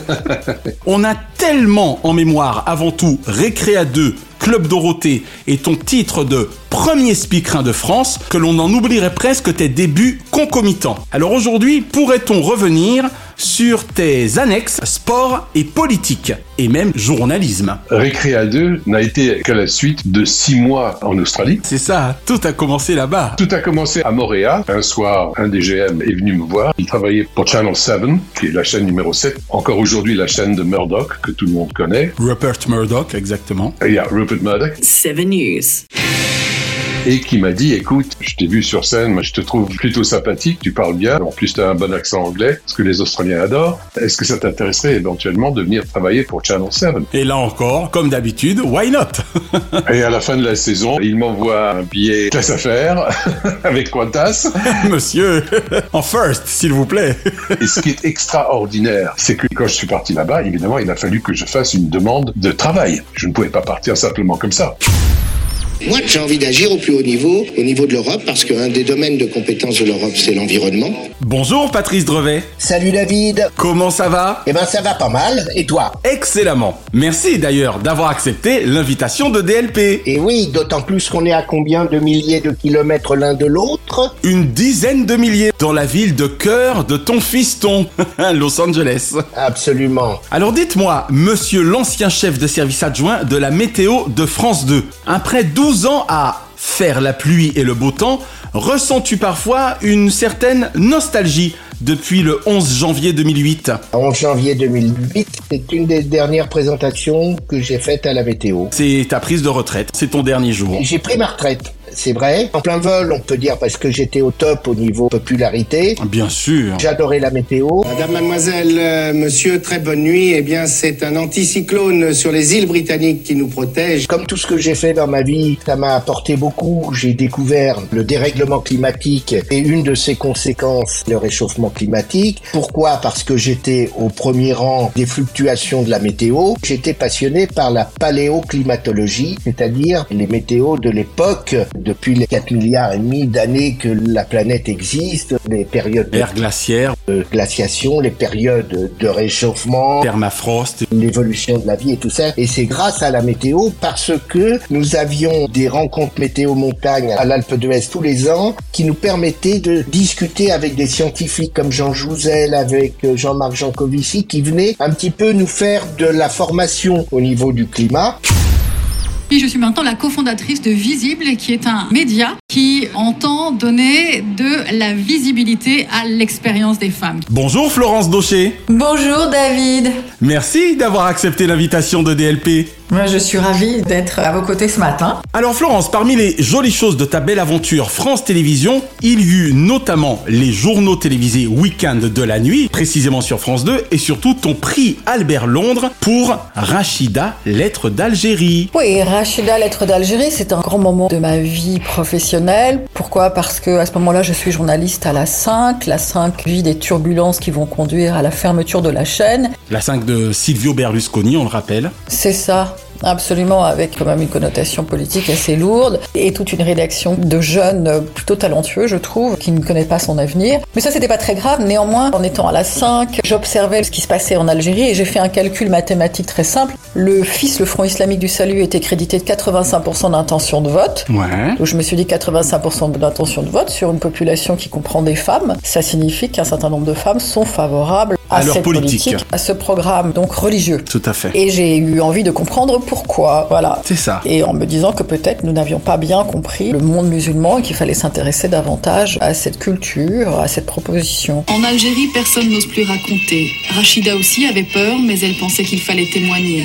On a tellement en mémoire, avant tout, Récréa 2, Club Dorothée et ton titre de premier speakerin de France, que l'on en oublierait presque tes débuts concomitants. Alors aujourd'hui, pourrait-on revenir sur tes annexes sport et politique, et même journalisme Récréa 2 n'a été qu'à la suite de six mois en Australie. C'est ça, tout a commencé là-bas. Tout a commencé à Moréa. Un soir, un DGM est venu me voir. Il travaillait pour Channel 7, qui est la chaîne numéro 7, encore aujourd'hui la chaîne de Murdoch, que tout le monde connaît. Rupert Murdoch, exactement. Et il y a Rupert Murdoch. Seven News et qui m'a dit écoute, je t'ai vu sur scène, je te trouve plutôt sympathique, tu parles bien, en plus tu as un bon accent anglais, ce que les Australiens adorent. Est-ce que ça t'intéresserait éventuellement de venir travailler pour Channel 7 Et là encore, comme d'habitude, why not [LAUGHS] Et à la fin de la saison, il m'envoie un billet classe affaires [LAUGHS] avec Qantas. [LAUGHS] Monsieur, en first, s'il vous plaît. [LAUGHS] et ce qui est extraordinaire, c'est que quand je suis parti là-bas, évidemment, il a fallu que je fasse une demande de travail. Je ne pouvais pas partir simplement comme ça. Moi, j'ai envie d'agir au plus haut niveau, au niveau de l'Europe, parce qu'un des domaines de compétence de l'Europe, c'est l'environnement. Bonjour Patrice Drevet. Salut David. Comment ça va Eh ben ça va pas mal, et toi Excellemment. Merci d'ailleurs d'avoir accepté l'invitation de DLP. Et oui, d'autant plus qu'on est à combien de milliers de kilomètres l'un de l'autre Une dizaine de milliers dans la ville de cœur de ton fiston, [LAUGHS] Los Angeles. Absolument. Alors dites-moi, monsieur l'ancien chef de service adjoint de la météo de France 2, après 12 ans à faire la pluie et le beau temps, ressens-tu parfois une certaine nostalgie depuis le 11 janvier 2008 11 janvier 2008, c'est une des dernières présentations que j'ai faites à la météo. C'est ta prise de retraite, c'est ton dernier jour. J'ai pris ma retraite c'est vrai. En plein vol, on peut dire, parce que j'étais au top au niveau popularité. Bien sûr. J'adorais la météo. Madame, mademoiselle, euh, monsieur, très bonne nuit. Eh bien, c'est un anticyclone sur les îles britanniques qui nous protège. Comme tout ce que j'ai fait dans ma vie, ça m'a apporté beaucoup. J'ai découvert le dérèglement climatique et une de ses conséquences, le réchauffement climatique. Pourquoi Parce que j'étais au premier rang des fluctuations de la météo. J'étais passionné par la paléoclimatologie, c'est-à-dire les météos de l'époque depuis les 4 milliards et demi d'années que la planète existe, les périodes d'air glaciaire, de glaciation, les périodes de réchauffement, permafrost, l'évolution de la vie et tout ça. Et c'est grâce à la météo parce que nous avions des rencontres météo montagne à l'Alpe d'Huez tous les ans qui nous permettaient de discuter avec des scientifiques comme Jean Jouzel, avec euh, Jean-Marc Jancovici qui venaient un petit peu nous faire de la formation au niveau du climat. Et je suis maintenant la cofondatrice de Visible, qui est un média qui entend donner de la visibilité à l'expérience des femmes. Bonjour Florence Daucher. Bonjour David. Merci d'avoir accepté l'invitation de DLP. Moi, je suis ravie d'être à vos côtés ce matin. Alors Florence, parmi les jolies choses de ta belle aventure France Télévisions, il y eut notamment les journaux télévisés Week-end de la nuit, précisément sur France 2, et surtout ton prix Albert Londres pour Rachida, lettre d'Algérie. Oui, Rachida, lettre d'Algérie, c'est un grand moment de ma vie professionnelle. Pourquoi Parce que à ce moment-là, je suis journaliste à la 5. La 5 vit des turbulences qui vont conduire à la fermeture de la chaîne. La 5 de Silvio Berlusconi, on le rappelle. C'est ça. Absolument, avec quand même une connotation politique assez lourde et toute une rédaction de jeunes plutôt talentueux, je trouve, qui ne connaissent pas son avenir. Mais ça, c'était pas très grave. Néanmoins, en étant à la 5, j'observais ce qui se passait en Algérie et j'ai fait un calcul mathématique très simple. Le FIS, le Front Islamique du Salut, était crédité de 85% d'intention de vote. Ouais. Donc je me suis dit 85% d'intention de vote sur une population qui comprend des femmes, ça signifie qu'un certain nombre de femmes sont favorables à, À leur cette politique. à ce programme donc religieux. Tout à fait. Et j'ai eu envie de comprendre pourquoi, voilà. C'est ça. Et en me disant que peut-être nous n'avions pas bien compris le monde musulman et qu'il fallait s'intéresser davantage à cette culture, à cette proposition. En Algérie, personne n'ose plus raconter. Rachida aussi avait peur, mais elle pensait qu'il fallait témoigner.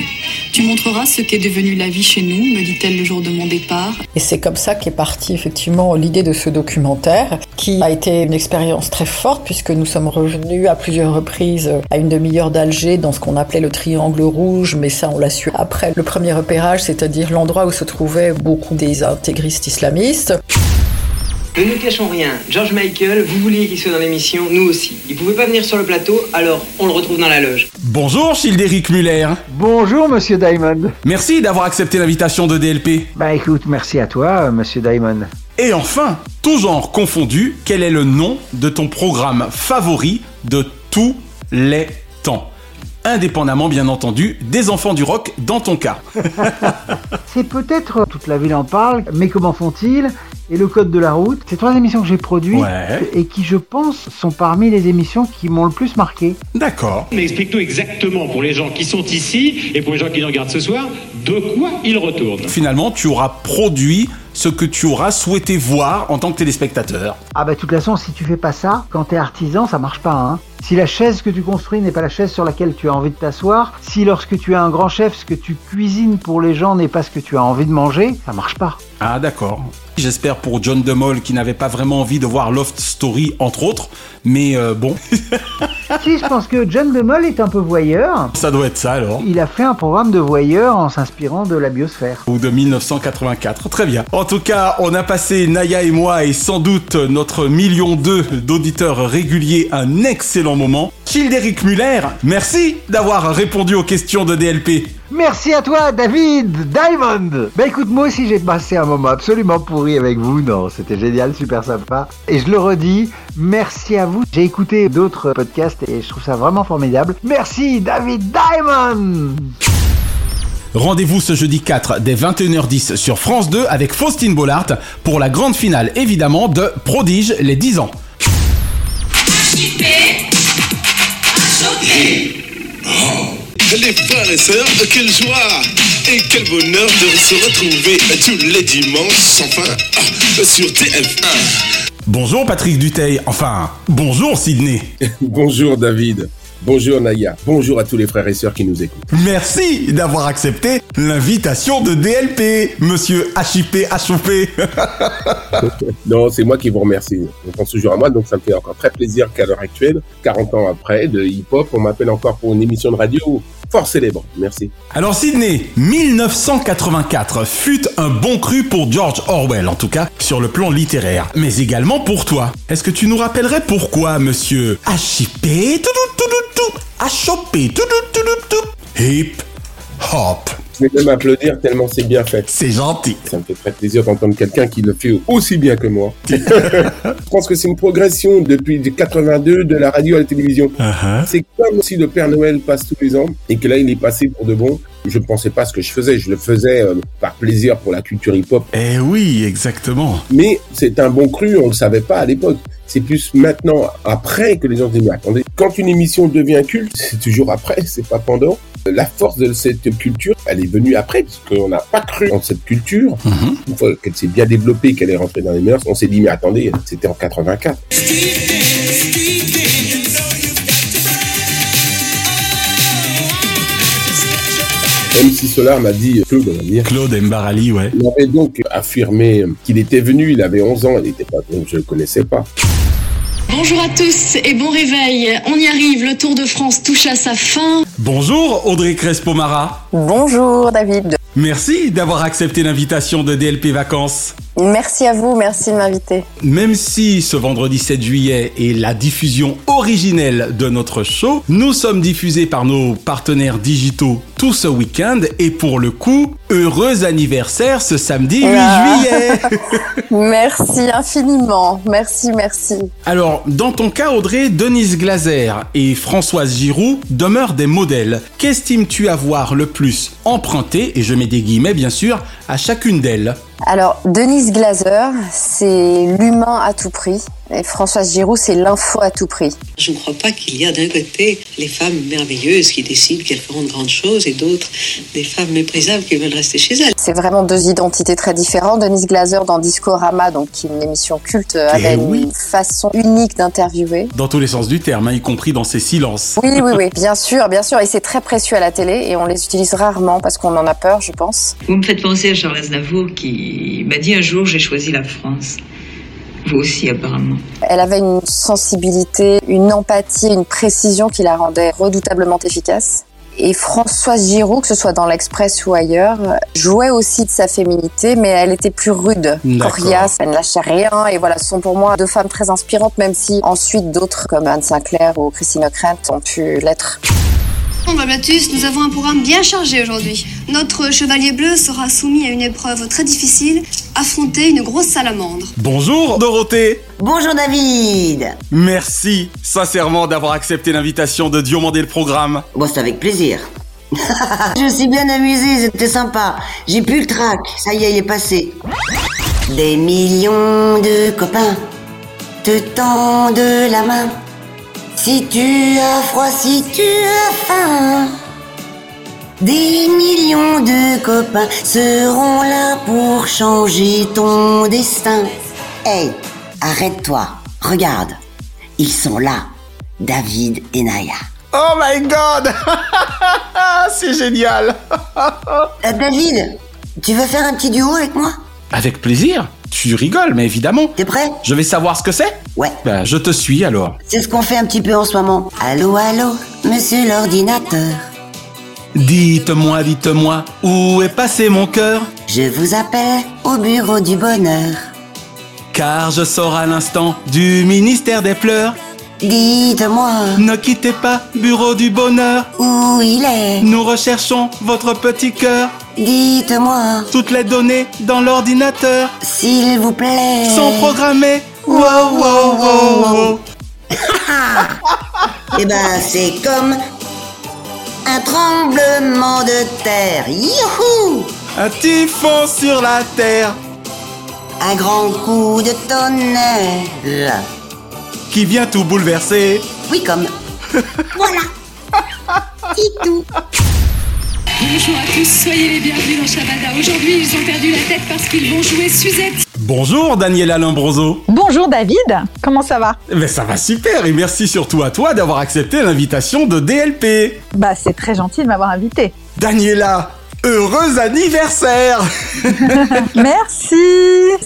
Tu montreras ce qu'est devenue la vie chez nous, me dit-elle le jour de mon départ. Et c'est comme ça qu'est partie effectivement l'idée de ce documentaire, qui a été une expérience très forte puisque nous sommes revenus à plusieurs reprises à une demi-heure d'Alger dans ce qu'on appelait le triangle rouge, mais ça on l'a su après le premier repérage, c'est-à-dire l'endroit où se trouvaient beaucoup des intégristes islamistes. Ne nous cachons rien, George Michael, vous vouliez qu'il soit dans l'émission, nous aussi. Il pouvait pas venir sur le plateau, alors on le retrouve dans la loge. Bonjour Childéric Muller. Bonjour Monsieur Diamond. Merci d'avoir accepté l'invitation de DLP. Bah écoute, merci à toi euh, Monsieur Diamond. Et enfin, tout genre confondu, quel est le nom de ton programme favori de tous les temps Indépendamment, bien entendu, des enfants du rock dans ton cas. C'est peut-être, euh, toute la ville en parle, mais comment font-ils Et le code de la route, ces trois émissions que j'ai produites Ouais. et qui je pense sont parmi les émissions qui m'ont le plus marqué. D'accord. Mais explique-nous exactement pour les gens qui sont ici et pour les gens qui nous regardent ce soir, de quoi ils retournent. Finalement, tu auras produit ce que tu auras souhaité voir en tant que téléspectateur. Ah bah de toute façon, si tu fais pas ça, quand t'es artisan, ça marche pas. Hein. Si la chaise que tu construis n'est pas la chaise sur laquelle tu as envie de t'asseoir, si lorsque tu es un grand chef, ce que tu cuisines pour les gens n'est pas ce que tu as envie de manger, ça marche pas. Ah d'accord. J'espère pour John DeMol qui n'avait pas vraiment envie de voir Loft Story entre autres, mais euh, bon, [LAUGHS] si, je pense que John DeMol est un peu voyeur. ça doit être ça alors. Il a fait un programme de voyeur en s'inspirant de la biosphère. Ou de 1984, très bien. En tout cas, on a passé, Naya et moi, et sans doute notre million deux d'auditeurs réguliers, un excellent moment. Childéric Muller, merci d'avoir répondu aux questions de DLP. Merci à toi, David Diamond. Bah écoute, moi aussi j'ai passé un moment absolument pourri avec vous. Non, c'était génial, super sympa. Et je le redis, merci à vous. J'ai écouté d'autres podcasts et je trouve ça vraiment formidable. Merci, David Diamond. Rendez-vous ce jeudi 4 dès 21h10 sur France 2 avec Faustine Bollard pour la grande finale évidemment de Prodige les 10 ans. Les frères et sœurs, quelle joie et quel bonheur de se retrouver tous les dimanches sans fin euh, ah, sur TF1. Bonjour Patrick Duteil, enfin bonjour Sydney. [LAUGHS] Bonjour David. Bonjour Naya. Bonjour à tous les frères et sœurs qui nous écoutent. [LAUGHS] Merci d'avoir accepté l'invitation de DLP, monsieur HIP [LAUGHS] Achoupé. non, c'est moi qui vous remercie. On pense toujours à moi, donc ça me fait encore très plaisir qu'à l'heure actuelle, 40 ans après, de hip-hop, on m'appelle encore pour une émission de radio fort célèbre. Merci. Alors Sydney, 1984 fut un bon cru pour George Orwell, en tout cas sur le plan littéraire, mais également pour toi. Est-ce que tu nous rappellerais pourquoi, monsieur H.I.P. tout, tout, tout, tout, tout, H.O.P. tout, tout, tout, tout, tout, Hip Hop Je vais même applaudir tellement c'est bien fait. C'est gentil. Ça me fait très plaisir d'entendre quelqu'un qui le fait aussi bien que [LAUGHS] moi. Je pense que c'est une progression depuis 82 de la radio à la télévision. Uh-huh. C'est comme si le Père Noël passe tous les ans et que là il est passé pour de bon. Je ne pensais pas à ce que je faisais, je le faisais euh, par plaisir pour la culture hip-hop. Eh oui, exactement. Mais c'est un bon cru, on ne le savait pas à l'époque. C'est plus maintenant, après, que les gens se disent, mais attendez, quand une émission devient culte, c'est toujours après, c'est pas pendant. La force de cette culture, elle est venue après, parce qu'on n'a pas cru en cette culture. Mhm. Une fois qu'elle s'est bien développée, qu'elle est rentrée dans les mœurs, on s'est dit, mais attendez, c'était en 84. Même si Solar m'a dit, euh, Claude, on va dire. Claude Mbarali, ouais. Il avait donc affirmé qu'il était venu, il avait 11 ans, il n'était pas, donc je le connaissais pas. Bonjour à tous et bon réveil. On y arrive, le Tour de France touche à sa fin. Bonjour Audrey Crespo-Mara. Bonjour David. Merci d'avoir accepté l'invitation de DLP Vacances. Merci à vous, merci de m'inviter. Même si ce vendredi 7 juillet est la diffusion originelle de notre show, nous sommes diffusés par nos partenaires digitaux tout ce week-end et pour le coup, heureux anniversaire ce samedi 8 Ah. juillet. [LAUGHS] Merci infiniment. Merci, merci. Alors, dans ton cas, Audrey, Denise Glaser et Françoise Giroud demeurent des modèles. Qu'estimes-tu avoir le plus emprunté, et je mets des guillemets bien sûr, à chacune d'elles Alors, Denise Glaser, c'est l'humain à tout prix. Et Françoise Giroud, c'est l'info à tout prix. Je ne crois pas qu'il y a d'un côté les femmes merveilleuses qui décident qu'elles feront de grandes choses et d'autres des femmes méprisables qui veulent rester chez elles. C'est vraiment deux identités très différentes. Denise Glaser dans Discorama, donc qui est une émission culte, euh, elle a une façon unique d'interviewer. Dans tous les sens du terme, hein, y compris dans ses silences. Oui, oui, oui, bien sûr, bien sûr. Et c'est très précieux à la télé et on les utilise rarement parce qu'on en a peur, je pense. Vous me faites penser à Charles Aznavour qui m'a dit un jour j'ai choisi la France. Vous aussi apparemment. Elle avait une sensibilité, une empathie, une précision qui la rendait redoutablement efficace. Et Françoise Giroud, que ce soit dans l'Express ou ailleurs, jouait aussi de sa féminité, mais elle était plus rude, D'accord. coriace, elle ne lâchait rien. Et voilà, ce sont pour moi deux femmes très inspirantes, même si ensuite d'autres comme Anne Sinclair ou Christine O'Krent ont pu l'être. Bon, Blablatus, nous avons un programme bien chargé aujourd'hui. Notre chevalier bleu sera soumis à une épreuve très difficile, affronter une grosse salamandre. Bonjour Dorothée Bonjour David Merci sincèrement d'avoir accepté l'invitation de Diomandé le programme. Bon, c'est avec plaisir. [LAUGHS] je me suis bien amusée, c'était sympa. J'ai plus le trac, ça y est, il est passé. Des millions de copains te tendent la main. Si tu as froid, si tu as faim, des millions de copains seront là pour changer ton destin. Hey, arrête-toi, regarde, ils sont là, David et Naya. Oh my god [LAUGHS] C'est génial [LAUGHS] Euh, David, tu veux faire un petit duo avec moi Avec plaisir Tu rigoles, mais évidemment. T'es prêt Je vais savoir ce que c'est Ouais. Ben, je te suis alors. C'est ce qu'on fait un petit peu en ce moment. Allô, allô, monsieur l'ordinateur. Dites-moi, dites-moi, où est passé mon cœur Je vous appelle au bureau du bonheur. Car je sors à l'instant du ministère des pleurs. Dites-moi. Ne quittez pas, bureau du bonheur. Où il est Nous recherchons votre petit cœur. Dites-moi. Toutes les données dans l'ordinateur. S'il vous plaît. Sont programmées. Wow, wow, wow, wow. Eh ben, c'est comme un tremblement de terre. Youhou Un typhon sur la terre. Un grand coup de tonnerre. Qui vient tout bouleverser. Oui, comme. voilà. C'est tout. Bonjour à tous, soyez les bienvenus dans Shabada. Aujourd'hui, ils ont perdu la tête parce qu'ils vont jouer Suzette. Bonjour Daniel Alain Bronzo. Bonjour David, comment ça va Mais ça va super et merci surtout à toi d'avoir accepté l'invitation de DLP. Bah c'est très gentil de m'avoir invité. Daniela, heureux anniversaire [LAUGHS] [LAUGHS] Merci,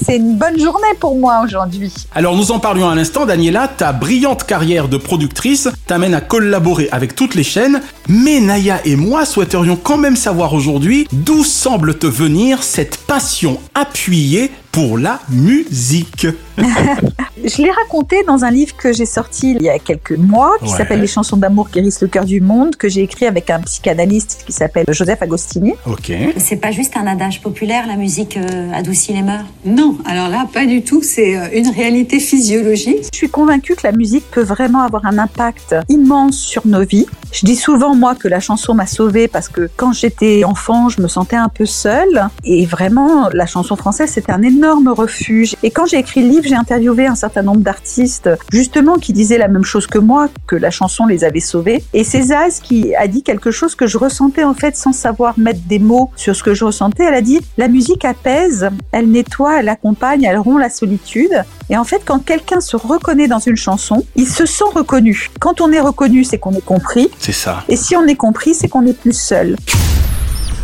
c'est une bonne journée pour moi aujourd'hui. Alors nous en parlions à l'instant, Daniela, ta brillante carrière de productrice t'amène à collaborer avec toutes les chaînes, mais Naya et moi souhaiterions quand même savoir aujourd'hui d'où semble te venir cette passion appuyée pour la [LAUGHS] musique. Je l'ai raconté dans un livre que j'ai sorti il y a quelques mois, qui Ouais. s'appelle Les chansons d'amour guérissent le cœur du monde, que j'ai écrit avec un psychanalyste qui s'appelle Joseph Agostini. ok. C'est pas juste un adage populaire, la musique euh, adoucit les mœurs Non, alors là, pas du tout, c'est euh, une réalité physiologique. Je suis convaincue que la musique peut vraiment avoir un impact immense sur nos vies. Je dis souvent, moi, que la chanson m'a sauvée parce que quand j'étais enfant, je me sentais un peu seule. Et vraiment, la chanson française, c'était un énorme refuge. Et quand j'ai écrit le livre, j'ai interviewé un certain nombre d'artistes, justement, qui disaient la même chose que moi, que la chanson les avait sauvés. Et c'est Zaz qui a dit quelque chose que je ressentais, en fait, sans savoir mettre des mots sur ce que je ressentais. Elle a dit, la musique apaise, elle nettoie, elle accompagne, elle rompt la solitude. Et en fait, quand quelqu'un se reconnaît dans une chanson, il se sent reconnu. Quand on est reconnu, c'est qu'on est compris. C'est ça. Et si on est compris, c'est qu'on n'est plus seul.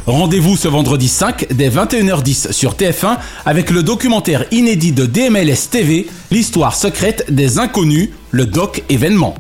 Rendez-vous ce vendredi 5 dès 21h10 sur TF1 avec le documentaire inédit de DMLS TV, L'histoire secrète des inconnus, le doc événement.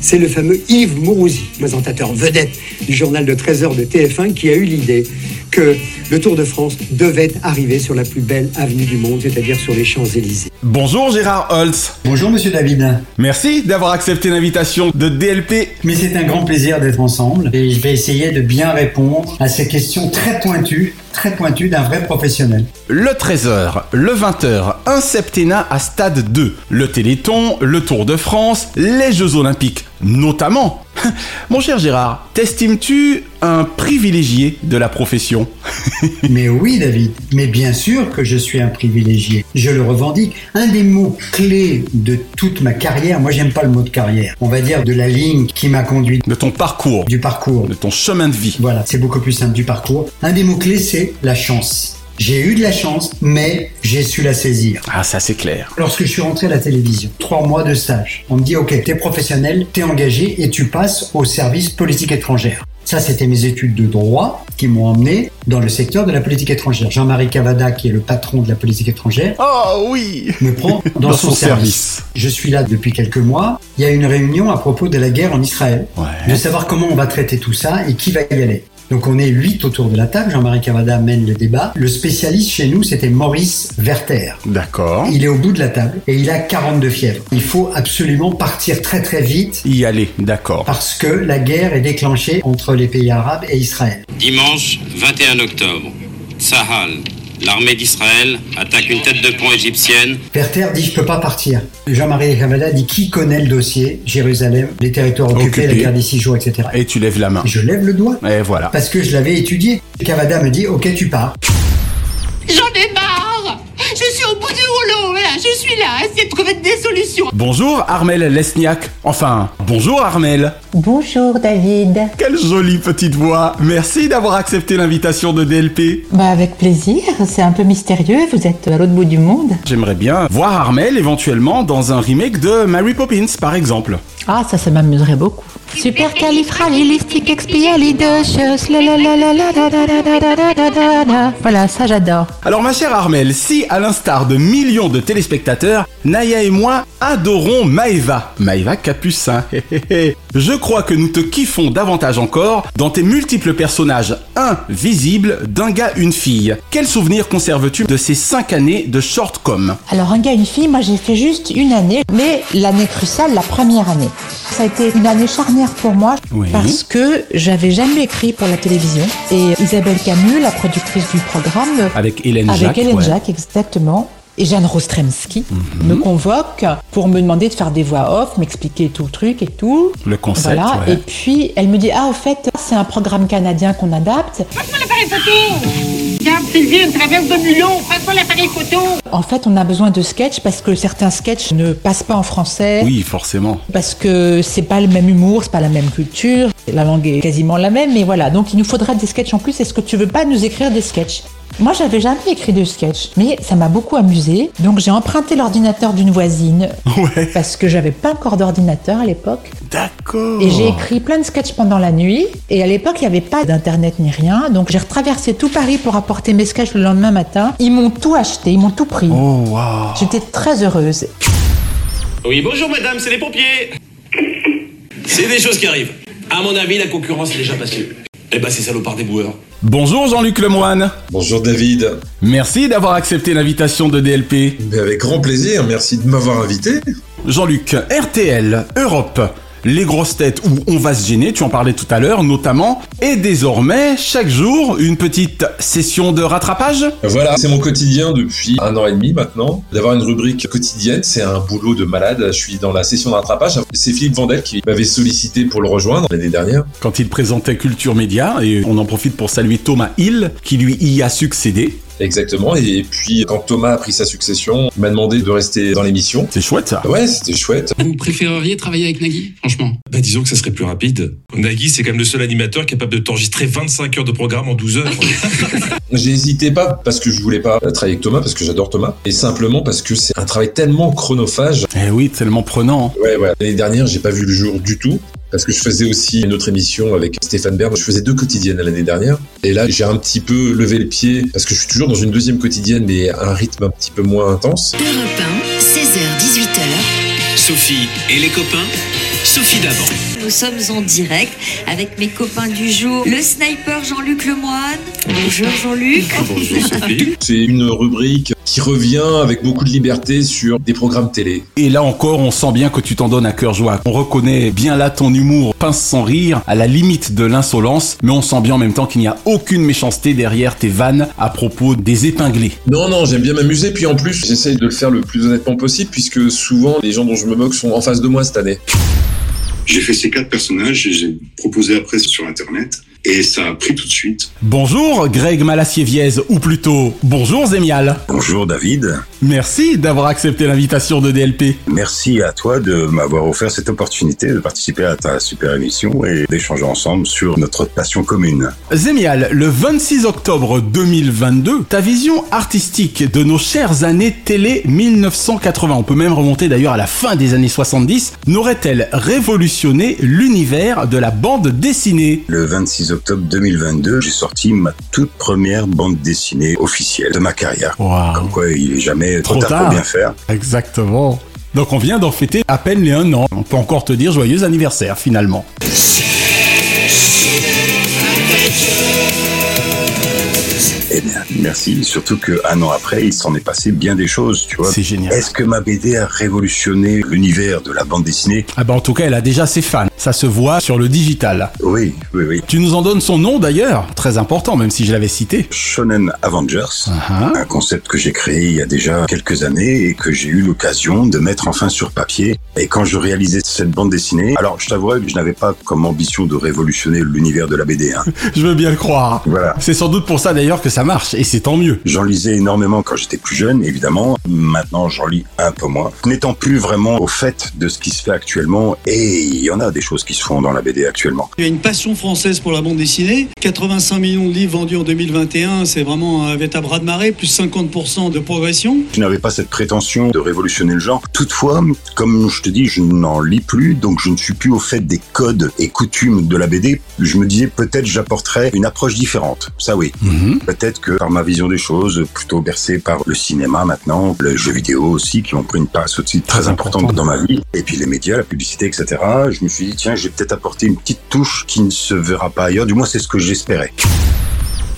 C'est le fameux Yves Mourouzi, présentateur vedette du journal de 13h de TF1, qui a eu l'idée que le Tour de France devait arriver sur la plus belle avenue du monde, c'est-à-dire sur les Champs-Élysées. Bonjour Gérard Holtz. Bonjour Monsieur David. Merci d'avoir accepté l'invitation de DLP. Mais c'est un grand plaisir d'être ensemble et je vais essayer de bien répondre à ces questions très pointues, très pointues d'un vrai professionnel. Le 13h, le 20h, un septennat à stade 2. Le Téléthon, le Tour de France, les Jeux Olympiques, notamment. [LAUGHS] Mon cher Gérard, t'estimes-tu un privilégié de la profession [LAUGHS] Mais oui David, mais bien sûr que je suis un privilégié. Je le revendique. Un des mots clés de toute ma carrière, moi j'aime pas le mot de carrière, on va dire de la ligne qui m'a conduit. De ton parcours. Du parcours. De ton chemin de vie. Voilà, c'est beaucoup plus simple du parcours. Un des mots clés c'est la chance. J'ai eu de la chance, mais j'ai su la saisir. Ah, ça c'est clair. Lorsque je suis rentré à la télévision, trois mois de stage, on me dit ok, t'es professionnel, t'es engagé et tu passes au service politique étrangère. Ça, c'était mes études de droit qui m'ont emmené dans le secteur de la politique étrangère. Jean-Marie Cavada, qui est le patron de la politique étrangère, oh oui, me [LAUGHS] [LAUGHS] prend dans, son, service. Je suis là depuis quelques mois. Il y a une réunion à propos de la guerre en Israël, de savoir comment on va traiter tout ça et qui va y aller. Donc on est huit autour de la table. Jean-Marie Cavada mène le débat. Le spécialiste chez nous, c'était Maurice Werther. D'accord. Il est au bout de la table et il a 42 fièvres. Il faut absolument partir très très vite Y aller, d'accord. parce que la guerre est déclenchée entre les pays arabes et Israël. Dimanche 21 octobre, Sahal, l'armée d'Israël attaque une tête de pont égyptienne. Werther dit je peux pas partir. Jean-Marie Cavada dit qui connaît le dossier Jérusalem, les territoires occupés, Occupé. la guerre des six jours, etc. Et tu lèves la main. Je lève le doigt Et voilà. parce que je l'avais étudié. Cavada me dit ok tu pars. J'en ai marre Je suis au bout du rouleau, là, je suis là, essayez de trouver des solutions. Bonjour Armel Lesniak. Enfin, bonjour Armel. Bonjour David. Quelle jolie petite voix. Merci d'avoir accepté l'invitation de DLP. Bah avec plaisir, c'est un peu mystérieux, vous êtes à l'autre bout du monde. J'aimerais bien voir Armel éventuellement dans un remake de Mary Poppins par exemple. Ah ça ça m'amuserait beaucoup. Super Voilà, ça j'adore. Alors ma chère Armel, si à l'instar de millions de téléspectateurs, Naya et moi adorons Maeva, Maeva Capucin, [LAUGHS] hé, hé, hé. je crois que nous te kiffons davantage encore dans tes multiples personnages invisibles d'un gars, une fille. Quel souvenir conserves-tu de ces 5 années de shortcom Alors un gars, une fille, moi j'ai fait juste une année, mais l'année cruciale, la première année. Ça a été une année charnière pour moi Oui. parce que j'avais jamais écrit pour la télévision et Isabelle Camus, la productrice du programme, Avec Hélène Jacques, avec Hélène ouais. Mhm. Jacques, exactement. Et Jeanne Rostremski me convoque pour me demander de faire des voix off, m'expliquer tout le truc et tout. Le concept, Voilà. ouais. Et puis elle me dit Ah, au fait, c'est un programme canadien qu'on adapte. Passe-moi l'appareil photo Regarde, Sylvie, une traverse de Mulon, passe-moi l'appareil photo En fait, on a besoin de sketchs parce que certains sketchs ne passent pas en français. Oui, forcément. Parce que c'est pas le même humour, c'est pas la même culture, la langue est quasiment la même, mais voilà. Donc il nous faudra des sketchs en plus. Est-ce que tu veux pas nous écrire des sketchs Moi, j'avais jamais écrit de sketch, mais ça m'a beaucoup amusé. Donc j'ai emprunté l'ordinateur d'une voisine parce que j'avais pas encore d'ordinateur à l'époque. D'accord. Et j'ai écrit plein de sketchs pendant la nuit. Et à l'époque, il n'y avait pas d'internet ni rien. Donc j'ai retraversé tout Paris pour apporter mes sketchs le lendemain matin. Ils m'ont tout acheté, ils m'ont tout pris. J'étais très heureuse. Oui, bonjour madame, c'est les pompiers C'est des choses qui arrivent. À mon avis, la concurrence est déjà passée. Eh ben, c'est salopard des boueurs. Bonjour Jean-Luc Lemoine. Bonjour David. Merci d'avoir accepté l'invitation de DLP. Mais avec grand plaisir, merci de m'avoir invité. Jean-Luc, RTL, Europe, les grosses têtes où on va se gêner, tu en parlais tout à l'heure notamment, et désormais chaque jour une petite session de rattrapage Voilà, c'est mon quotidien depuis un an et demi maintenant. D'avoir une rubrique quotidienne, c'est un boulot de malade. Je suis dans la session de rattrapage. C'est Philippe Vandel qui m'avait sollicité pour le rejoindre l'année dernière. Quand il présentait Culture Média, et on en profite pour saluer Thomas Hill, qui lui y a succédé. Exactement. Et puis, quand Thomas a pris sa succession, il m'a demandé de rester dans l'émission. C'est chouette, ça. Ouais, c'était chouette. Vous préféreriez travailler avec Nagui, franchement Bah, disons que ça serait plus rapide. Nagui, c'est quand même le seul animateur capable de t'enregistrer 25 heures de programme en 12 heures. [LAUGHS] J'ai hésité pas parce que je voulais pas travailler avec Thomas, parce que j'adore Thomas, et simplement parce que c'est un travail tellement chronophage. Eh oui, tellement prenant. hein. Ouais, voilà. L'année dernière, j'ai pas vu le jour du tout parce que je faisais aussi une autre émission avec Stéphane Bern. Je faisais deux quotidiennes l'année dernière. Et là, j'ai un petit peu levé le pied parce que je suis toujours dans une deuxième quotidienne, mais à un rythme un petit peu moins intense. Europe 1, 16h-18h. Sophie et les copains, Sophie d'avant. Nous sommes en direct avec mes copains du jour, le sniper Jean-Luc Lemoine. Bonjour Jean-Luc. C'est une rubrique qui revient avec beaucoup de liberté sur des programmes télé. Et là encore, on sent bien que tu t'en donnes à cœur joie. On reconnaît bien là ton humour pince sans rire, à la limite de l'insolence, mais on sent bien en même temps qu'il n'y a aucune méchanceté derrière tes vannes à propos des épinglés. Non, non, j'aime bien m'amuser, puis en plus, j'essaye de le faire le plus honnêtement possible, puisque souvent, les gens dont je me moque sont en face de moi cette année. J'ai fait ces quatre personnages, et j'ai proposé après sur Internet, et ça a pris tout de suite. Bonjour Greg Malassier-Viez, ou plutôt bonjour Zémial. Bonjour David. Merci d'avoir accepté l'invitation de DLP. Merci à toi de m'avoir offert cette opportunité de participer à ta super émission et d'échanger ensemble sur notre passion commune. Zémial, le 26 octobre 2022, ta vision artistique de nos chères années télé 1980, on peut même remonter d'ailleurs à la fin des années 70, n'aurait-elle révolutionné l'univers de la bande dessinée Le 26 octobre 2022, j'ai sorti ma toute première bande dessinée officielle de ma carrière. Wow. Comme quoi, il est jamais trop, tard, pour bien faire. Exactement. Donc on vient d'en fêter à peine les un an. On peut encore te dire joyeux anniversaire finalement. Eh bien, merci. Surtout qu'un an après, il s'en est passé bien des choses, tu vois. C'est génial. Est-ce que ma BD a révolutionné l'univers de la bande dessinée Ah bah en tout cas, elle a déjà ses fans. Ça se voit sur le digital. Oui, oui, oui. Tu nous en donnes son nom d'ailleurs, très important même si je l'avais cité. Shonen Avengers, Uh-huh. un concept que j'ai créé il y a déjà quelques années et que j'ai eu l'occasion de mettre enfin sur papier. Et quand je réalisais cette bande dessinée, alors je t'avouerais que je n'avais pas comme ambition de révolutionner l'univers de la BD. hein. [LAUGHS] Je veux bien le croire. Voilà. C'est sans doute pour ça d'ailleurs que ça marche et c'est tant mieux. J'en lisais énormément quand j'étais plus jeune, évidemment. Maintenant, j'en lis un peu moins. N'étant plus vraiment au fait de ce qui se fait actuellement, et il y en a des choses qui se font dans la BD actuellement. Il y a une passion française pour la bande dessinée. 85 millions de livres vendus en 2021, c'est vraiment un à bras de marée, plus 50% de progression. Je n'avais pas cette prétention de révolutionner le genre. Toutefois, comme je te dis, je n'en lis plus, donc je ne suis plus au fait des codes et coutumes de la BD. Je me disais peut-être j'apporterais une approche différente. Ça oui. Peut-être que par ma vision des choses, plutôt bercé par le cinéma maintenant, le jeu vidéo aussi, qui ont pris une place aussi très importante dans ma vie, et puis les médias, la publicité, etc. Je me suis dit, tiens, je vais peut-être apporter une petite touche qui ne se verra pas ailleurs. Du moins, c'est ce que j'espérais.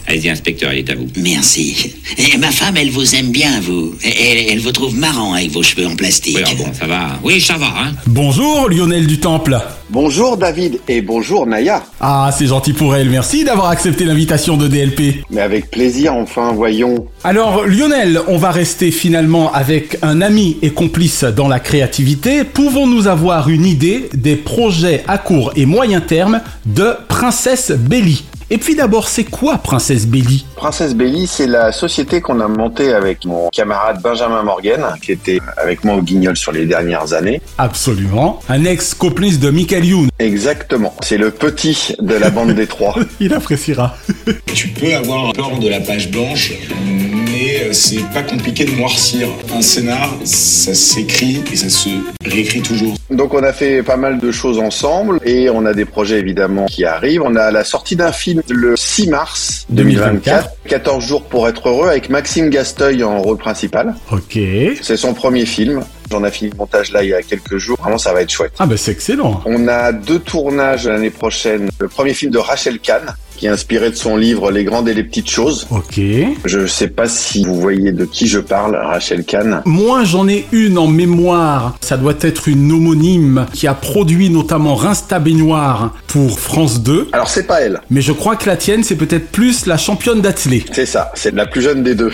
Allez-y, inspecteur, il est à vous. Merci. Et Eh, ma femme, elle vous aime bien, vous. Elle, elle vous trouve marrant avec vos cheveux en plastique. Oui, bon, ça va. Oui, ça va, hein. Bonjour Lionel du Temple. Bonjour David et bonjour Naya. Ah, c'est gentil pour elle, merci d'avoir accepté l'invitation de DLP. Mais avec plaisir, enfin, voyons. Alors Lionel, on va rester finalement avec un ami et complice dans la créativité. Pouvons-nous avoir une idée des projets à court et moyen terme de Princesse Belly Et puis d'abord, c'est quoi Princesse Belly Princesse Belly, c'est la société qu'on a montée avec mon camarade Benjamin Morgan, qui était avec moi au Guignol sur les dernières années. Absolument. Un ex-complice de Michael Youn. Exactement. C'est le petit de la bande des trois. Il appréciera. [LAUGHS] Tu peux avoir peur de la page blanche, mais euh, c'est pas compliqué de noircir. Un scénar, ça s'écrit et ça se réécrit toujours. Donc on a fait pas mal de choses ensemble et on a des projets évidemment qui arrivent. On a la sortie d'un film le 6 mars 2024, 14 jours pour être heureux avec Maxime Gasteuil en rôle principal. Ok. C'est son premier film. J'en ai fini le montage là il y a quelques jours. Vraiment ça va être chouette. Ah bah c'est ben, excellent. On a deux tournages l'année prochaine. Le premier film de Rachel Kahn, qui est inspiré de son livre Les grandes et les petites choses. Ok. Je sais pas si vous voyez de qui je parle, Rachel Kahn. Moi, j'en ai une en mémoire. Ça doit être une homonyme qui a produit notamment Rinsta Baignoire pour France 2. Alors c'est pas elle, Mais je crois que la tienne, c'est peut-être plus la championne d'athlée. c'est ça, c'est la plus jeune des [LAUGHS] deux.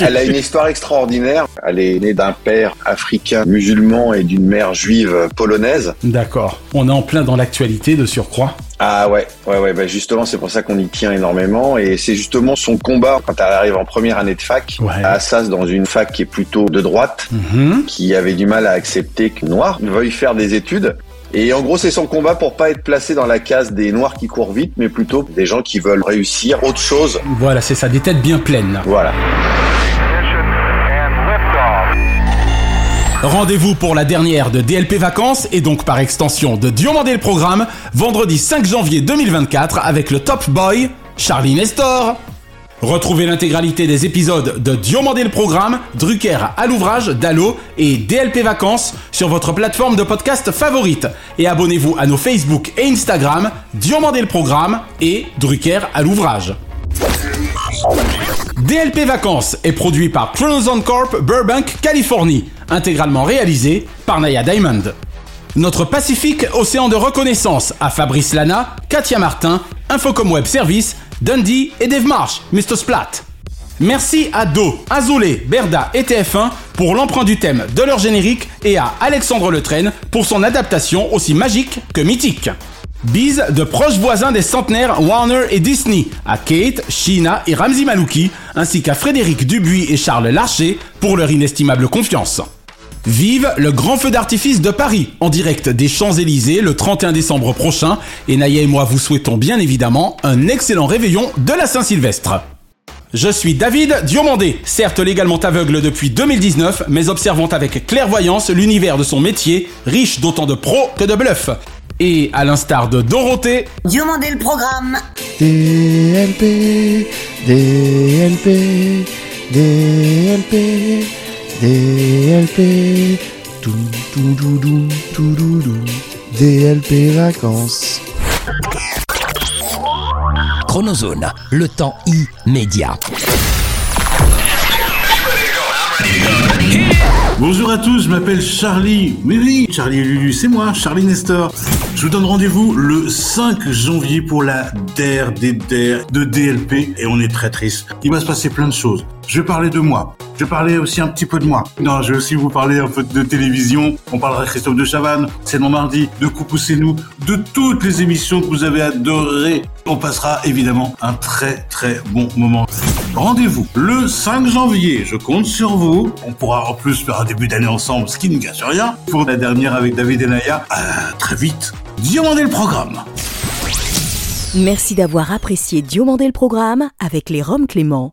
Elle a une histoire extraordinaire. Elle est née d'un père africain musulman et d'une mère juive polonaise. D'accord. On est en plein dans l'actualité de surcroît. Ah ouais, ouais, ouais, bah justement, c'est pour ça qu'on y tient énormément. Et c'est justement son combat quand elle arrive en première année de fac, à Assas, dans une fac qui est plutôt de droite, qui avait du mal à accepter que Noir veuille faire des études. Et en gros, c'est son combat pour pas être placé dans la case des Noirs qui courent vite, mais plutôt des gens qui veulent réussir autre chose. Voilà, c'est ça, des têtes bien pleines. là. Voilà. Rendez-vous pour la dernière de DLP Vacances et donc par extension de Diomandé le Programme, vendredi 5 janvier 2024 avec le top boy Charlie Nestor. Retrouvez l'intégralité des épisodes de Diomandé le Programme, Drucker à l'ouvrage, Dalo et DLP Vacances sur votre plateforme de podcast favorite. Et abonnez-vous à nos Facebook et Instagram, Diomandé le Programme et Drucker à l'ouvrage. DLP Vacances est produit par Chronozone Corp Burbank, Californie, intégralement réalisé par Naya Diamond. Notre Pacifique Océan de Reconnaissance à Fabrice Lana, Katia Martin, Infocom Web Service, Dundee et Dave Marsh, Mr. Splat. Merci à Do, Azoulay, Berda et TF1 pour l'emprunt du thème de leur générique et à Alexandre Letraine pour son adaptation aussi magique que mythique. Bise de proches voisins des centenaires Warner et Disney, à Kate, Sheena et Ramzi Malouki, ainsi qu'à Frédéric Dubuis et Charles Larcher pour leur inestimable confiance. Vive le grand feu d'artifice de Paris, en direct des Champs-Élysées le 31 décembre prochain, et Naya et moi vous souhaitons bien évidemment un excellent réveillon de la Saint-Sylvestre. Je suis David Diomandé, certes légalement aveugle depuis 2019, mais observant avec clairvoyance l'univers de son métier, riche d'autant de pros que de bluffs. Et à l'instar de Dorothée, Diomandé le programme. DLP, DLP, DLP, DLP, tout, tout, tout, tout, tout, tout, tout, DLP vacances. Chronozone, le temps immédiat. Bonjour à tous, je m'appelle Charlie. Oui, oui, Charlie et Lulu, c'est moi, Charlie Nestor. Je vous donne rendez-vous le 5 janvier pour la DER des DER de DLP et on est très triste. Il va se passer plein de choses. Je vais parler de moi. Je vais parler aussi un petit peu de moi. Non, je vais aussi vous parler un peu de télévision. On parlera de Christophe de Chavannes, C'est non mardi, de Coucou c'est nous, de toutes les émissions que vous avez adorées. On passera évidemment un très très bon moment. Rendez-vous le 5 janvier, je compte sur vous. On pourra en plus faire un début d'année ensemble, ce qui ne gâche rien. Pour la dernière avec David et Naya, à très vite. Diamandez le programme. Merci d'avoir apprécié Diomandé le programme avec les Roms Clément.